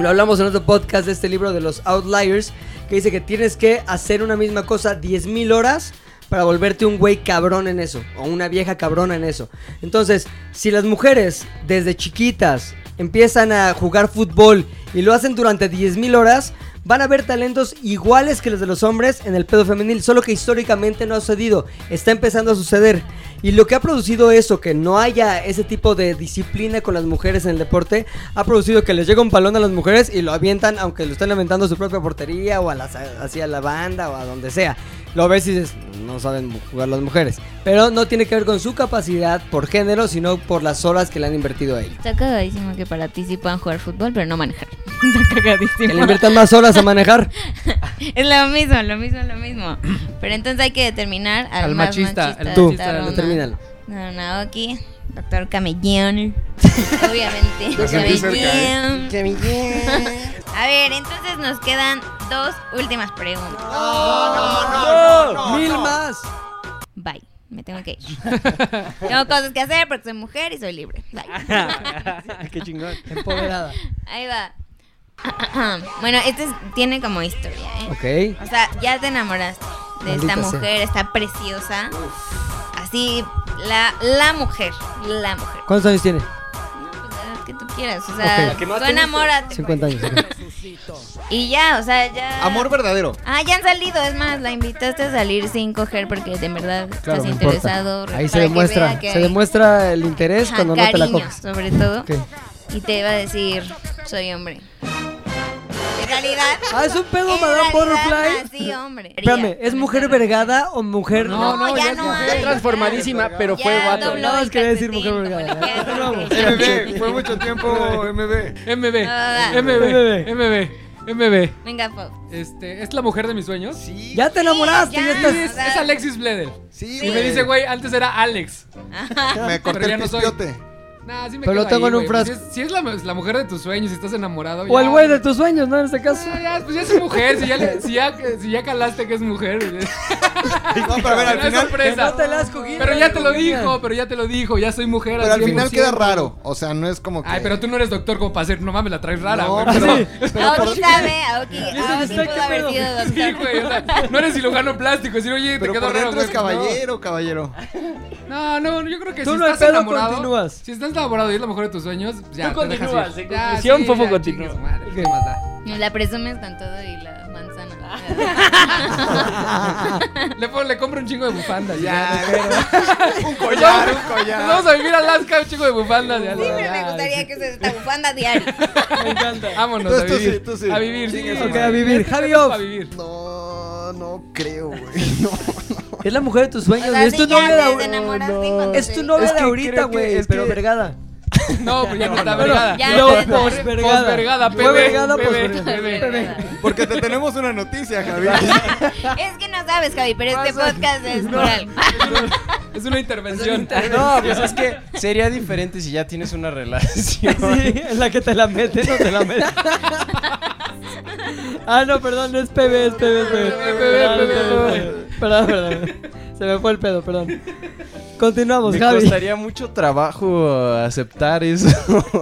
Lo hablamos en otro podcast de este libro de los Outliers, que dice que tienes que hacer una misma cosa 10.000 horas para volverte un güey cabrón en eso, o una vieja cabrona en eso. Entonces, si las mujeres desde chiquitas empiezan a jugar fútbol y lo hacen durante 10.000 horas, van a haber talentos iguales que los de los hombres en el pedo femenil, solo que históricamente no ha sucedido, está empezando a suceder. Y lo que ha producido eso, que no haya ese tipo de disciplina con las mujeres en el deporte, ha producido que les llega un balón a las mujeres y lo avientan, aunque lo estén aventando a su propia portería o a las- hacia la banda o a donde sea. Lo ves y dices, no saben jugar las mujeres. Pero no tiene que ver con su capacidad por género, sino por las horas que le han invertido a ello. Está cagadísimo que para ti sí puedan jugar fútbol, pero no manejar. *laughs* Está Que le cagadísimo. inviertan más horas a *laughs* manejar. Es lo mismo, lo mismo, lo mismo. Pero entonces hay que determinar al, Al más machista, machista al de tú. esta Tú, ronda. Termínalo. No, Naoki, doctor Camellón. Obviamente. Lo sentí cerca, Camellón. A ver, entonces nos quedan dos últimas preguntas. ¡Mil más! Bye. Me tengo que ir. *laughs* tengo cosas que hacer porque soy mujer y soy libre. Bye. *laughs* Qué chingón. Empoderada. Ahí va. *clears throat* bueno, este es- tiene como historia, ¿eh? Ok. O sea, ya te enamoraste de Maldita esta sea. mujer, está preciosa. Así, la, la mujer, la mujer. ¿Cuántos años tiene? Pues, Que tú quieras, o sea, Ok. tú enamórate. 50 años. ok. pues. Y ya, o sea, ya. Amor verdadero. Ah, ya han salido, es más, la invitaste a salir sin coger porque de verdad Claro, estás no interesado. importa. Ahí se para que demuestra, vea que se hay- demuestra el interés Ajá, cuando no te la cariño, coges. sobre todo. Ok. Y te iba a decir, soy hombre. ¿De calidad? Ah, es un pedo, En Madame realidad, Butterfly. Sí, hombre. Espérame, ¿es mujer vergada o mujer? No, no, ya, no hay. Está transformadísima, pero Ya fue vato. dobló Nada más el quería decir calcetín, mujer vergada. como le quieras Vamos. decir. MB, fue mucho tiempo MB. MB, Ah, va. MB, MB, MB. Venga, Pau. Este, ¿Es la mujer de mis sueños? Sí, Ya te enamoraste, Sí, ya, ya. Sí, estás. Es, es Alexis Bledel. sí, Y me dice, güey, antes era Alex. Me Pero corté ya el no soy. pispiote. Nah, sí me Pero quedo lo tengo ahí, en un güey. Pues frasco. Si es, si es la, es la mujer de tus sueños, si estás enamorado. O ya, el güey de tus sueños, ¿no? En este *laughs* caso. Ah, ya, pues ya es mujer, si ya, le- si, ya, si ya calaste que es mujer. No, pero a ver, al No es final, Que sorpresa. no te la has cogido. Pero ya te lo niña. dijo, pero ya te lo dijo, ya soy mujer. pero al 100%. final queda raro. O sea, no es como que. Ay, pero tú no eres doctor como para hacer, no mames, la traes rara, No, güey. pero, pero por- Aoki sabe, Aoki, Aoki está, ¿qué pudo haber pedo? sido *laughs* Sí, doctor. güey, o sea, no eres cirujano plástico, decir, oye, pero te quedó por raro, dentro es güey. caballero, caballero. No, no, no, yo creo que Tú si no hay estás pedo, enamorado, continúas. si estás enamorado y es la mujer de tus sueños, pues ya Tú te dejas continúas, ir. en Ya, conclusión, Fofo ya, continúa. chingue su madre, ¿qué más *laughs* da? La presumes con todo y la manzana. Ah. Le, pon- le compro un chingo de bufandas. Ya, un collar, un collar. Nos vamos a vivir a Alaska, un chingo de bufandas. Ya, *laughs* Sí, pero ya, me gustaría que se esta bufanda diaria. Vámonos Tú, a tú vivir. sí, tú sí. A vivir, sí. Este Ok, a vivir. Javi Off, A vivir. No, no creo, güey. No. es la mujer de tus sueños. O sea, es tu sí, ya novia de te ahorita. enamoraste cuando Es te tu vi. novia Es de que ahorita, creo que- güey. es Pero que- vergada. No, pues ya no está vergada. Ya, No, ya, ya. posvergada. Posvergada, Fue PB, vergada, PB, posvergada. Porque te tenemos una noticia, *laughs* Javier. Es que no sabes, Javi, pero este podcast es plural. Es una intervención. No, pues es que sería diferente si ya tienes una relación. *laughs* Sí, es la que te la mete, no te la mete. *laughs* ah, no, perdón, no es PB, es PB, es PB. Perdón, PB, perdón, Perdón, perdón. Se me fue el pedo, perdón. Continuamos, Me Javi. costaría mucho trabajo aceptar eso.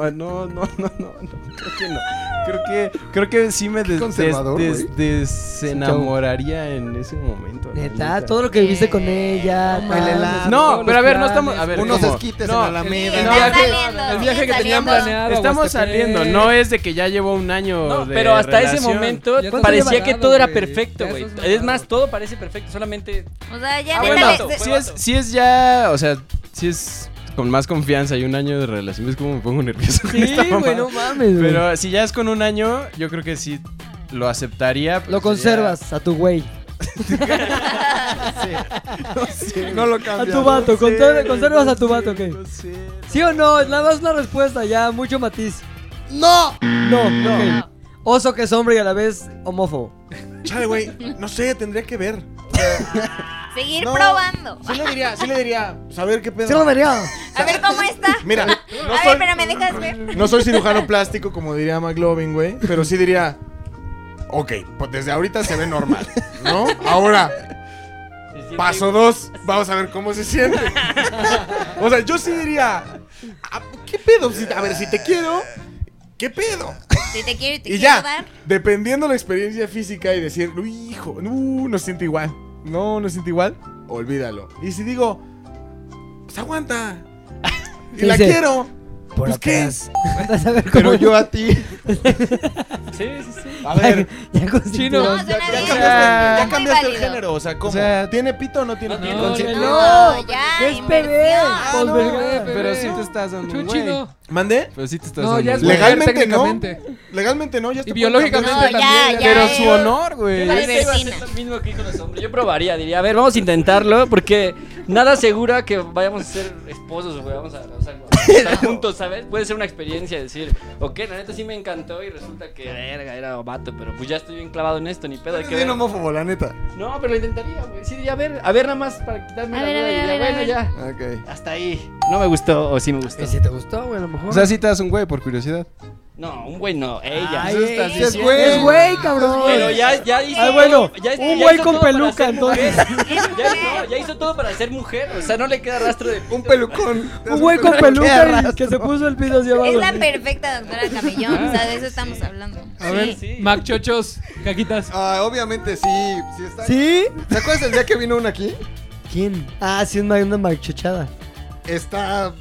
*laughs* No, no, no, no, no. Creo que no. Creo que, creo que sí me des, conservador, des- güey. des- desenamoraría en ese momento. la Neta, todo lo que viviste con ella. el tal, helado. No, todos pero a los ver, no planes. estamos. A ver, Unos ¿cómo? esquites No, en Alameda. *laughs* El no, viaje- el viaje que tenían saliendo. planeado. Estamos saliendo, no es de que ya llevo un año. No, de pero hasta ese relación. momento Ya estás parecía que enamorado, todo era güey. perfecto, Ya güey. estás Es más, enamorado. todo parece perfecto, solamente O sea, ya Ah, Bueno, métale- vato, se- si es, si es ya, o sea, si es con más confianza y un año de relación, es como me pongo nervioso con Sí, esta mamada. güey, no mames, güey. Pero si ya es con un año, yo creo que sí lo aceptaría. pues, pero Lo conservas a tu güey. No lo A cambias. tu vato, sería- conser- conservas a tu vato, ¿ok? No sé. ¿Sí o no? Es nada más una respuesta, ya, mucho matiz. ¡No! No, no. Oso que es hombre y a la vez homófobo. *laughs* Chale, güey. No sé, tendría que ver. seguir No. probando. Sí le diría, sí le diría. Saber qué pedo. Sí, lo vería. A ver cómo está. Mira, A no ver, soy, pero me dejas ver. no soy cirujano plástico, como diría McLovin, güey. Pero sí diría. Ok, pues desde ahorita se ve normal, ¿no? Ahora, paso dos, vamos a ver cómo se siente. O sea, yo sí diría. "Ah, ¿Qué pedo? Si- A ver, si te quiero. ¿Qué pedo? Si te quiero y te Y quiero ya, dar. dependiendo la experiencia física y decir, "Uy, hijo, no, no se siente igual. No, no se siente igual. olvídalo. Y si digo, pues aguanta. Y Sí, la sí. quiero. Por pues qué. atrás. Vas a ver Pero cómo- yo a ti. A ver, *laughs* Ya con Chino. No, cinturón. suena ya bien. cambiaste, Muy ya cambiaste válido. el género. O sea, ¿cómo? O sea, ¿Tiene pito o no tiene pito? no, Conci- No, ya, ¿Qué es inversión. bebé? Ah, no, Posvergüenza. Pero sí te estás dando un Chuchi, güey. no. ¿Mandé? Pero sí te estás No, dando ya es un güey. mujer Legalmente no. técnicamente. Legalmente no, ya está Y biológicamente No, ya, también. ya. Pero es- su honor, güey. Vale, Yo iba a hacer vecina. lo mismo que dijo los hombres. Yo probaría, diría, a ver, vamos a intentarlo, porque nada asegura que vayamos a ser esposos, güey, vamos a, o sea, *laughs* a estar juntos, ¿sabes? Puede ser una experiencia decir, ok, la neta sí me encantó y resulta que, verga, era vato, pero pues ya estoy bien clavado en esto, ni pedo, hay Eres que bien ver. homófobo, la neta. No, pero lo intentaría, güey, sí diría, a ver, a ver nada más para quitarme A la ver, a duda y ver, a ver, diría, a bueno, ver. ya, Ok. hasta ahí. No me gustó o sí me gustó. Que si te gustó, güey, a lo mejor. O sea, sí te das un güey por curiosidad. No, un güey no, ella. Ay, Eso estás es Es diciendo. güey. es güey, cabrón. Pero ya, ya hizo. Ah, bueno, ya- ya un hizo güey todo con para peluca, ser mujer. entonces. Ya, no, ya hizo todo para ser mujer. O sea, no le queda rastro de. Un pelucón. Un güey con peluca y que se puso el pito hacia Es la abajo. perfecta doctora Camellón, o sea, de eso estamos hablando. A ver, Sí. Mac Chochos, caquitas. Ah, obviamente sí. sí está... ¿Sí? ¿Te acuerdas el día que vino uno aquí? ¿Quién? Ah, sí, una, una marchochada. Está.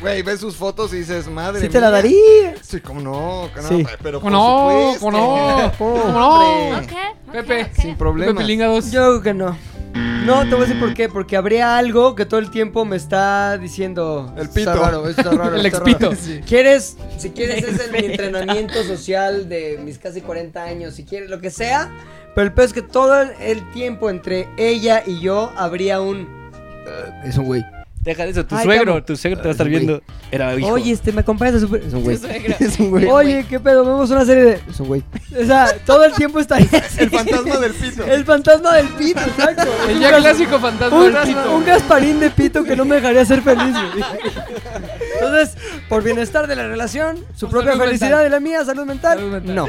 Güey, ves sus fotos y dices, madre. Sí, te la mía. daría. Sí, cómo no, cómo no, Sí. pero ¿Cómo por no? supuesto. ¿Cómo no? ¿Cómo no? Hombre, Pepe. Sin problema. Pepe Linga 2. Yo creo que no. No, te voy a decir por qué. Porque habría algo que todo el tiempo me está diciendo. El Está pito. raro, *laughs* está raro. El está raro". expito. ¿Quieres? Si quieres, *laughs* es el, mi entrenamiento social de mis casi 40 años. Si quieres, lo que sea. Pero el peor es que todo el tiempo entre ella y yo habría un. "Eh, es un güey. Deja de eso, tu Ay, suegro, cabrón. tu suegro te va a estar Ay, güey. viendo. Era hijo. Oye, este, me acompañas a super. *laughs* Es un güey. suegra. Oye, qué pedo, vemos una serie de. Es un güey. O sea, todo *laughs* el tiempo estaría. así. El *laughs* fantasma del pito. El fantasma del pito, exacto. El ya clásico fantasma Un, del pito. un Gasparín de pito que no me dejaría ser feliz. güey. Entonces, por bienestar de la relación, su Por propia salud felicidad mental. y la mía, salud mental, Salud mental. no.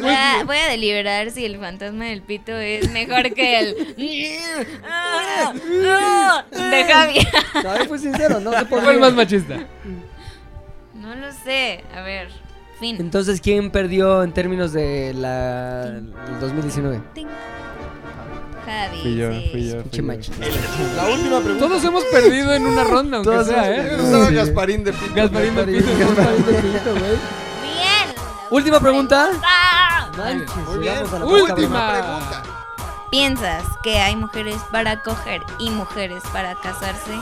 Voy a, voy a deliberar si el fantasma del pito es mejor que el. Ah, ah, de Javi. No, yo fui sincero, no se ¿Cuál fue el más podría. machista? No lo sé. A ver. Fin. Entonces, ¿quién perdió en términos de la el 2019? Ting. Javi. Fui yo, sí. fui yo. fui Pinche yo. machista. La última pregunta. Todos hemos perdido en una ronda, aunque Todos sea, hemos Yo ¿eh? no estaba Gasparín de pito. Gasparín del Pito. Bien. Última pregunta. Ah. Manches, Muy bien. llegamos a la Última. poca broma. pregunta. ¿Piensas que hay mujeres para coger y mujeres para casarse?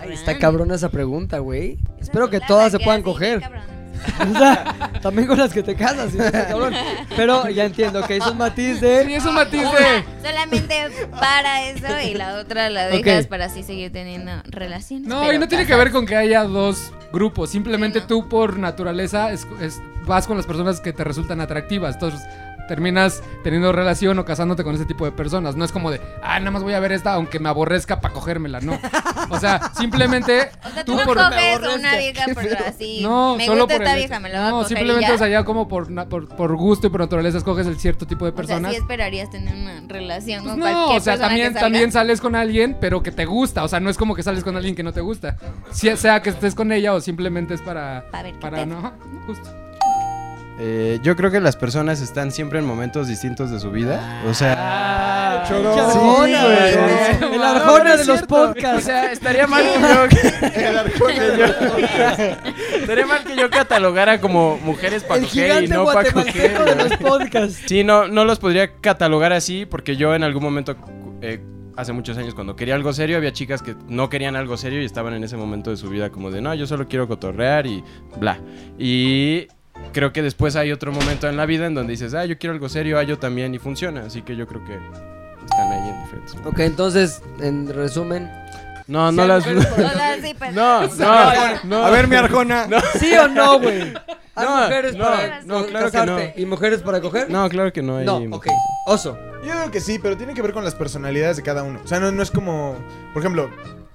Ay, está cabrona esa pregunta, güey. Esa Espero que palabra todas se puedan así, coger. *laughs* cabrón. O sea, también con las que te casas, sí, está cabrón. Pero ya entiendo que es un matiz Sí, de. es un matiz de. Una solamente para eso y la otra la Ok. dejas para así seguir teniendo relaciones. No, pero y no tiene que casadas. ver con que haya dos grupos. Simplemente Sí, no. tú, por naturaleza, es- es- vas con las personas que te resultan atractivas. Entonces terminas teniendo relación o casándote con ese tipo de personas. No es como de, ah, nada más voy a ver esta, aunque me aborrezca para cogérmela. No. O *laughs* sea, simplemente O sea, tú, tú no por. coges una vieja por así. *laughs* No, me solo gusta por esta el- vieja, me la voy a No, coger. simplemente, y ya. o sea, ya como por, na- por, por gusto y por naturaleza escoges el cierto tipo de O sea, personas. sí esperarías tener una relación Pues con no, cualquier o sea, persona también, que salga. *laughs* también sales con alguien, pero que te gusta. O sea, no es como que sales con alguien que no te gusta. Si- sea que estés con ella o simplemente es para. Pa' ver qué para pedo. no, ajá, justo. Eh, yo creo que las personas están siempre en momentos distintos de su vida. O sea, Sí, Arjona, güey. güey. Ah, El arjona No, no de es los cierto. O podcasts. sea, estaría mal *laughs* que yo, El arcón de estaría mal que yo catalogara como mujeres para El coger y gigante no para coger. guatemalteco de güey. los podcasts. Sí, no, no los podría catalogar así porque yo en algún momento, eh, hace muchos años, cuando quería algo serio, había chicas que no querían algo serio y estaban en ese momento de su vida como de, no, yo solo quiero cotorrear y bla. Y creo que después hay otro momento en la vida en donde dices, ah, yo quiero algo serio, ah, yo también y funciona. Así que yo creo que están ahí en diferentes. Ok, entonces, en resumen. No, no *laughs* las... O sea, sí, pues, pero- No, no, Arjona. no. A ver, mi Arjona. ¿Sí o no, güey? ¿Hay No, mujeres no, para no, co- claro que casarte y mujeres para coger? No, claro que no. hay No, ok. mujeres. Oso. Yo digo que sí, pero tiene que ver con las personalidades de cada uno. O sea, no, no es como. Por ejemplo,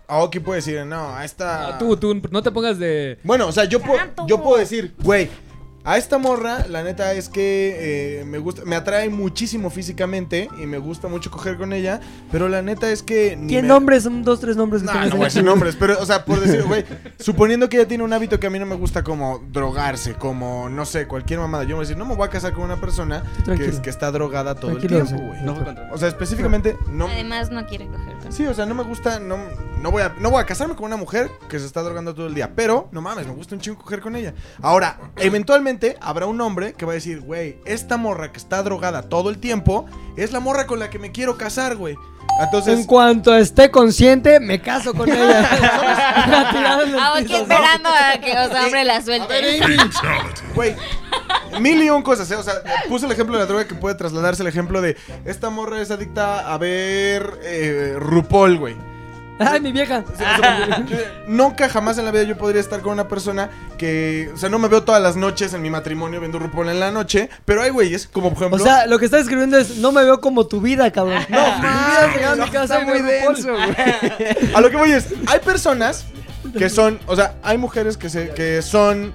Aoki puede decir, no, a esta. Ah, Tú, tú, no te pongas de. Bueno, o sea, yo, puedo, yo puedo decir, güey, A esta morra, la neta es que eh, me gusta, me atrae muchísimo físicamente y me gusta mucho coger con ella, pero la neta es que... ni ¿Qué me- nombres? Son dos, tres nombres que No, tengas no voy a ahí. decir nombres, pero, o sea, por decir, güey, suponiendo que ella tiene un hábito que a mí no me gusta como drogarse, como, no sé, cualquier mamada. Yo me voy a decir, no me voy a casar con una persona que, tranquilo. es- que está drogada todo Tranquilo, el tiempo, güey. No fue contra O sea, específicamente, no... Además, no quiere coger con Sí, o sea, no me gusta, no, no, voy a, no voy a casarme con una mujer que se está drogando todo el día, pero no mames, me gusta un chingo coger con ella. Ahora, eventualmente habrá un hombre que va a decir, güey, esta morra que está drogada todo el tiempo es la morra con la que me quiero casar, güey. En Entonces, cuanto esté consciente, me caso con *laughs* ella. Tirándole Ah, el ok, piso. esperando a que los hombres la suelten. güey, mil y un cosas, ¿eh? O sea, puse el ejemplo de la droga que puede trasladarse el ejemplo de esta morra es adicta a ver eh, RuPaul, güey. Ay, mi vieja. Sí, o sea, *laughs* Nunca jamás en la vida yo podría estar con una persona que, o sea, no me veo todas las noches en mi matrimonio viendo RuPaul en la noche, pero hay güeyes, como por O ejemplo, sea, lo que está escribiendo es, no me veo como tu vida, cabrón. Ah, No, mi vida llegaba a mi casa está muy y veo RuPaul. denso, a lo que voy es, hay *laughs* personas que son, o sea, hay mujeres que se que son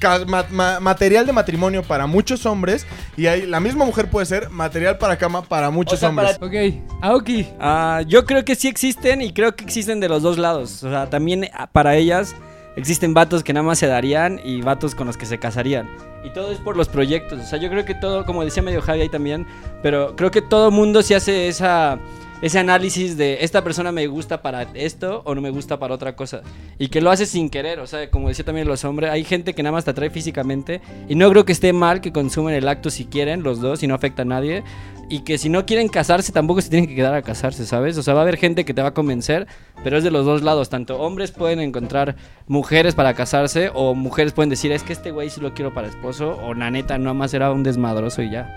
ca- ma- ma- material de matrimonio para muchos hombres y hay la misma mujer puede ser material para cama para muchos O sea, para hombres. Ok, Aoki. Ah, yo creo que sí existen y creo que existen de los dos lados. O sea, también ah, para ellas existen vatos que nada más se darían y vatos con los que se casarían. Y todo es por los proyectos. O sea, yo creo que todo, como decía medio Javi ahí también, pero creo que todo mundo se hace esa, ese análisis de esta persona me gusta para esto o no me gusta para otra cosa. Y que lo hace sin querer. O sea, como decía también los hombres, hay gente que nada más te atrae físicamente. Y no creo que esté mal que consumen el acto si quieren, los dos, y no afecta a nadie y que si no quieren casarse tampoco se tienen que quedar a casarse, ¿sabes? O sea, va a haber gente que te va a convencer, pero es de los dos lados, tanto hombres pueden encontrar mujeres para casarse o mujeres pueden decir, es que este güey sí lo quiero para esposo o la neta nada más era un desmadroso y ya.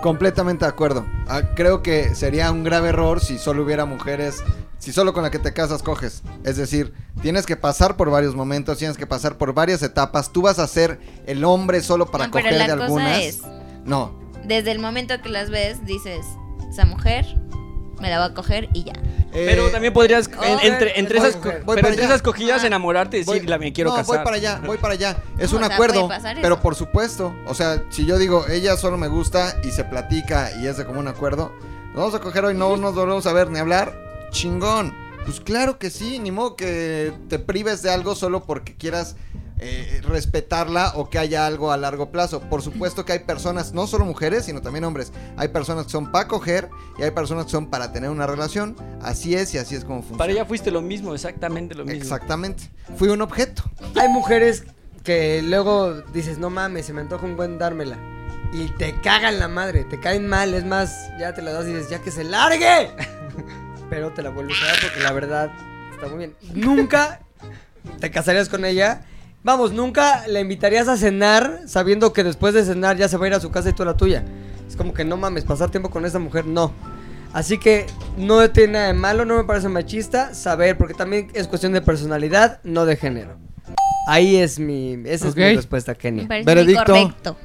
Completamente de acuerdo. Ah, creo que sería un grave error si solo hubiera mujeres, si solo con la que te casas coges. Es decir, tienes que pasar por varios momentos, tienes que pasar por varias etapas. Tú vas a ser el hombre solo para No, pero coger de la cosa algunas. es- No. Desde el momento que las ves, dices, esa mujer me la va a coger y ya. Pero Eh, también podrías, en- Hombre, entre, entre, voy- esas, co- voy pero para allá. entre esas cogidas, enamorarte y decir, la me quiero no, casar. voy para allá, voy *laughs* para allá. Es No, un o sea, acuerdo, puede pasar pero eso. por supuesto, o sea, si yo digo, ella solo me gusta y se platica y es de común acuerdo, nos vamos a coger hoy, no nos volvemos a ver ni hablar, chingón. Pues claro que sí, ni modo que te prives de algo solo porque quieras eh, respetarla o que haya algo a largo plazo. Por supuesto que hay personas, no solo mujeres, sino también hombres. Hay personas que son para coger y hay personas que son para tener una relación. Así es y así es como funciona. Para ella fuiste lo mismo, exactamente lo mismo. Exactamente. Fui un objeto. Hay mujeres que luego dices, no mames, se me antoja un buen dármela. Y te cagan la madre, te caen mal, es más, ya te la das y dices, ya que se largue. Pero te la vuelves a dar porque la verdad está muy bien. Nunca te casarías con ella. Vamos, nunca la invitarías a cenar sabiendo que después de cenar ya se va a ir a su casa y tú a la tuya. Es como que no mames, pasar tiempo con esa mujer, no. Así que no tiene nada de malo, no me parece machista saber, porque también es cuestión de personalidad, no de género. Ahí es mi, esa es Ok. mi respuesta, Me Kenia. parece Veredicto. correcto.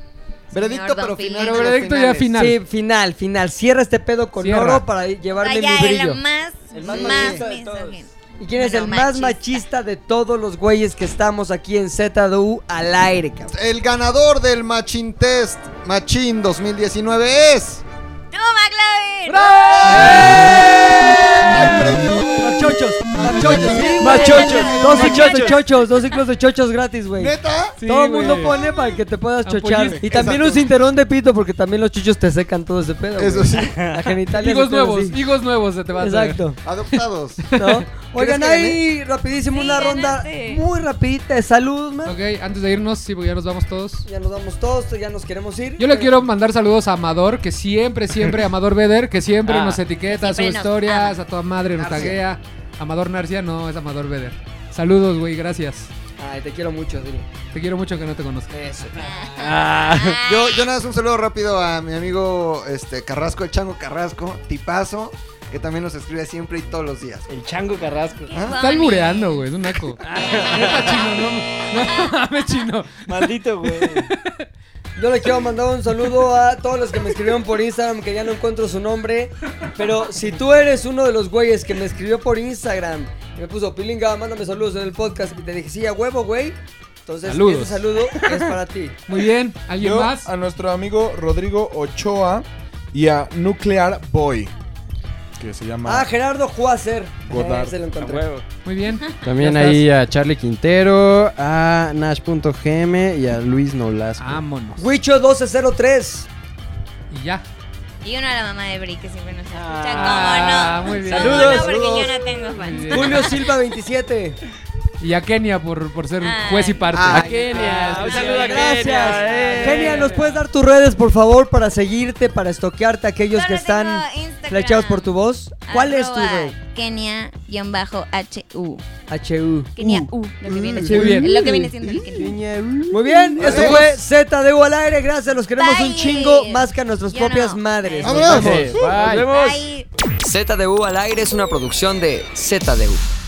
Veredicto, pero final. Pero de los veredicto ya finales. final. Sí, final, final. Cierra este pedo con Cierra. oro para llevarme Vaya, mi brillo. el más, El más más, machista de todos. misógino. ¿Y quién es Bueno, el más machista. machista de todos los güeyes que estamos aquí en ZDU al aire, cabrón? El ganador del Machin Test Machin 2019 es. ¡Tú, McLovin! Chochos, chochos, Machochos, Dos dos ciclos de chochos, dos ciclos de chochos gratis, güey. ¿Neta? Sí, Todo el güey. mundo pone para que te puedas chochar. Apoyes- Y también un cinturón de pito, porque también los chuchos te secan todo ese pedo. Eso güey. sí. *laughs* La genitalia. Higos se te hace nuevos, así. higos nuevos se te va a hacer. Exacto. Adoptados. *laughs* ¿no? Oigan, que ahí rapidísimo Sí, una ronda ganaste. muy rapidita de salud, man. Ok, antes de irnos, sí, porque ya nos vamos todos. Ya nos damos todos, ya nos queremos ir. Yo le quiero mandar saludos a Amador, que siempre, siempre, Amador Veder, que siempre Ah. nos etiqueta a sus Siempre nos historias, a toda madre, nos taguea. Amador Narcia, no, es Amador Veder. Saludos, güey, gracias. Ay, te quiero mucho, dile. Te quiero mucho que no te conozca. Eso. Ah, Yo, yo nada más un saludo rápido a mi amigo este, Carrasco, el chango Carrasco, tipazo, que también nos escribe siempre y todos los días. El chango carrasco. Qué Ah, Está bonito. albureando, güey, es un naco. Neta, chino, no, *laughs* no mames, chino. Maldito, güey. Yo le quiero mandar un saludo a todos los que me escribieron por Instagram, que ya no encuentro su nombre. Pero si tú eres uno de los güeyes que me escribió por Instagram, y me puso Pilinga, mándame saludos en el podcast, y te dije, sí, a huevo, güey. Entonces, Saludos. este saludo es para *laughs* ti. Muy bien, ¿alguien Yo ah, más? a nuestro amigo Rodrigo Ochoa y a Nuclear Boy, que se llama... Ah, Gerardo Juácer. Godard. Eh, Se lo encontré. Muy bien. También Ya estás. ahí a Charlie Quintero, a Nash.gm y a Luis Nolasco. Vámonos. Huicho 1203. Y ya. Y uno a la mamá de Bri que siempre nos escucha. Ah, ¿Cómo no? muy bien. ¿Cómo no? Saludos, Porque saludos. yo no tengo Muy fans. bien. Julio Silva 27. Y a Kenia por, por ser Ay. juez y parte. Ay. Kenia, un saludo a Gracias. Kenia, eh. Genia, ¿nos puedes dar tus redes, por favor, para seguirte, para estoquearte a aquellos Solo que están tengo Instagram. flechados por tu voz? ¿Cuál es tu red? Kenia-HU. HU. Kenia U. Lo que viene Muy bien. Lo que viene siendo el Kenia. Muy bien, esto fue Z de U al aire. Gracias, los queremos Bye. un chingo más que a nuestras Yo propias no. madres. ¡Vámonos! Bye. Bye. ZDU al aire es una producción de ZDU.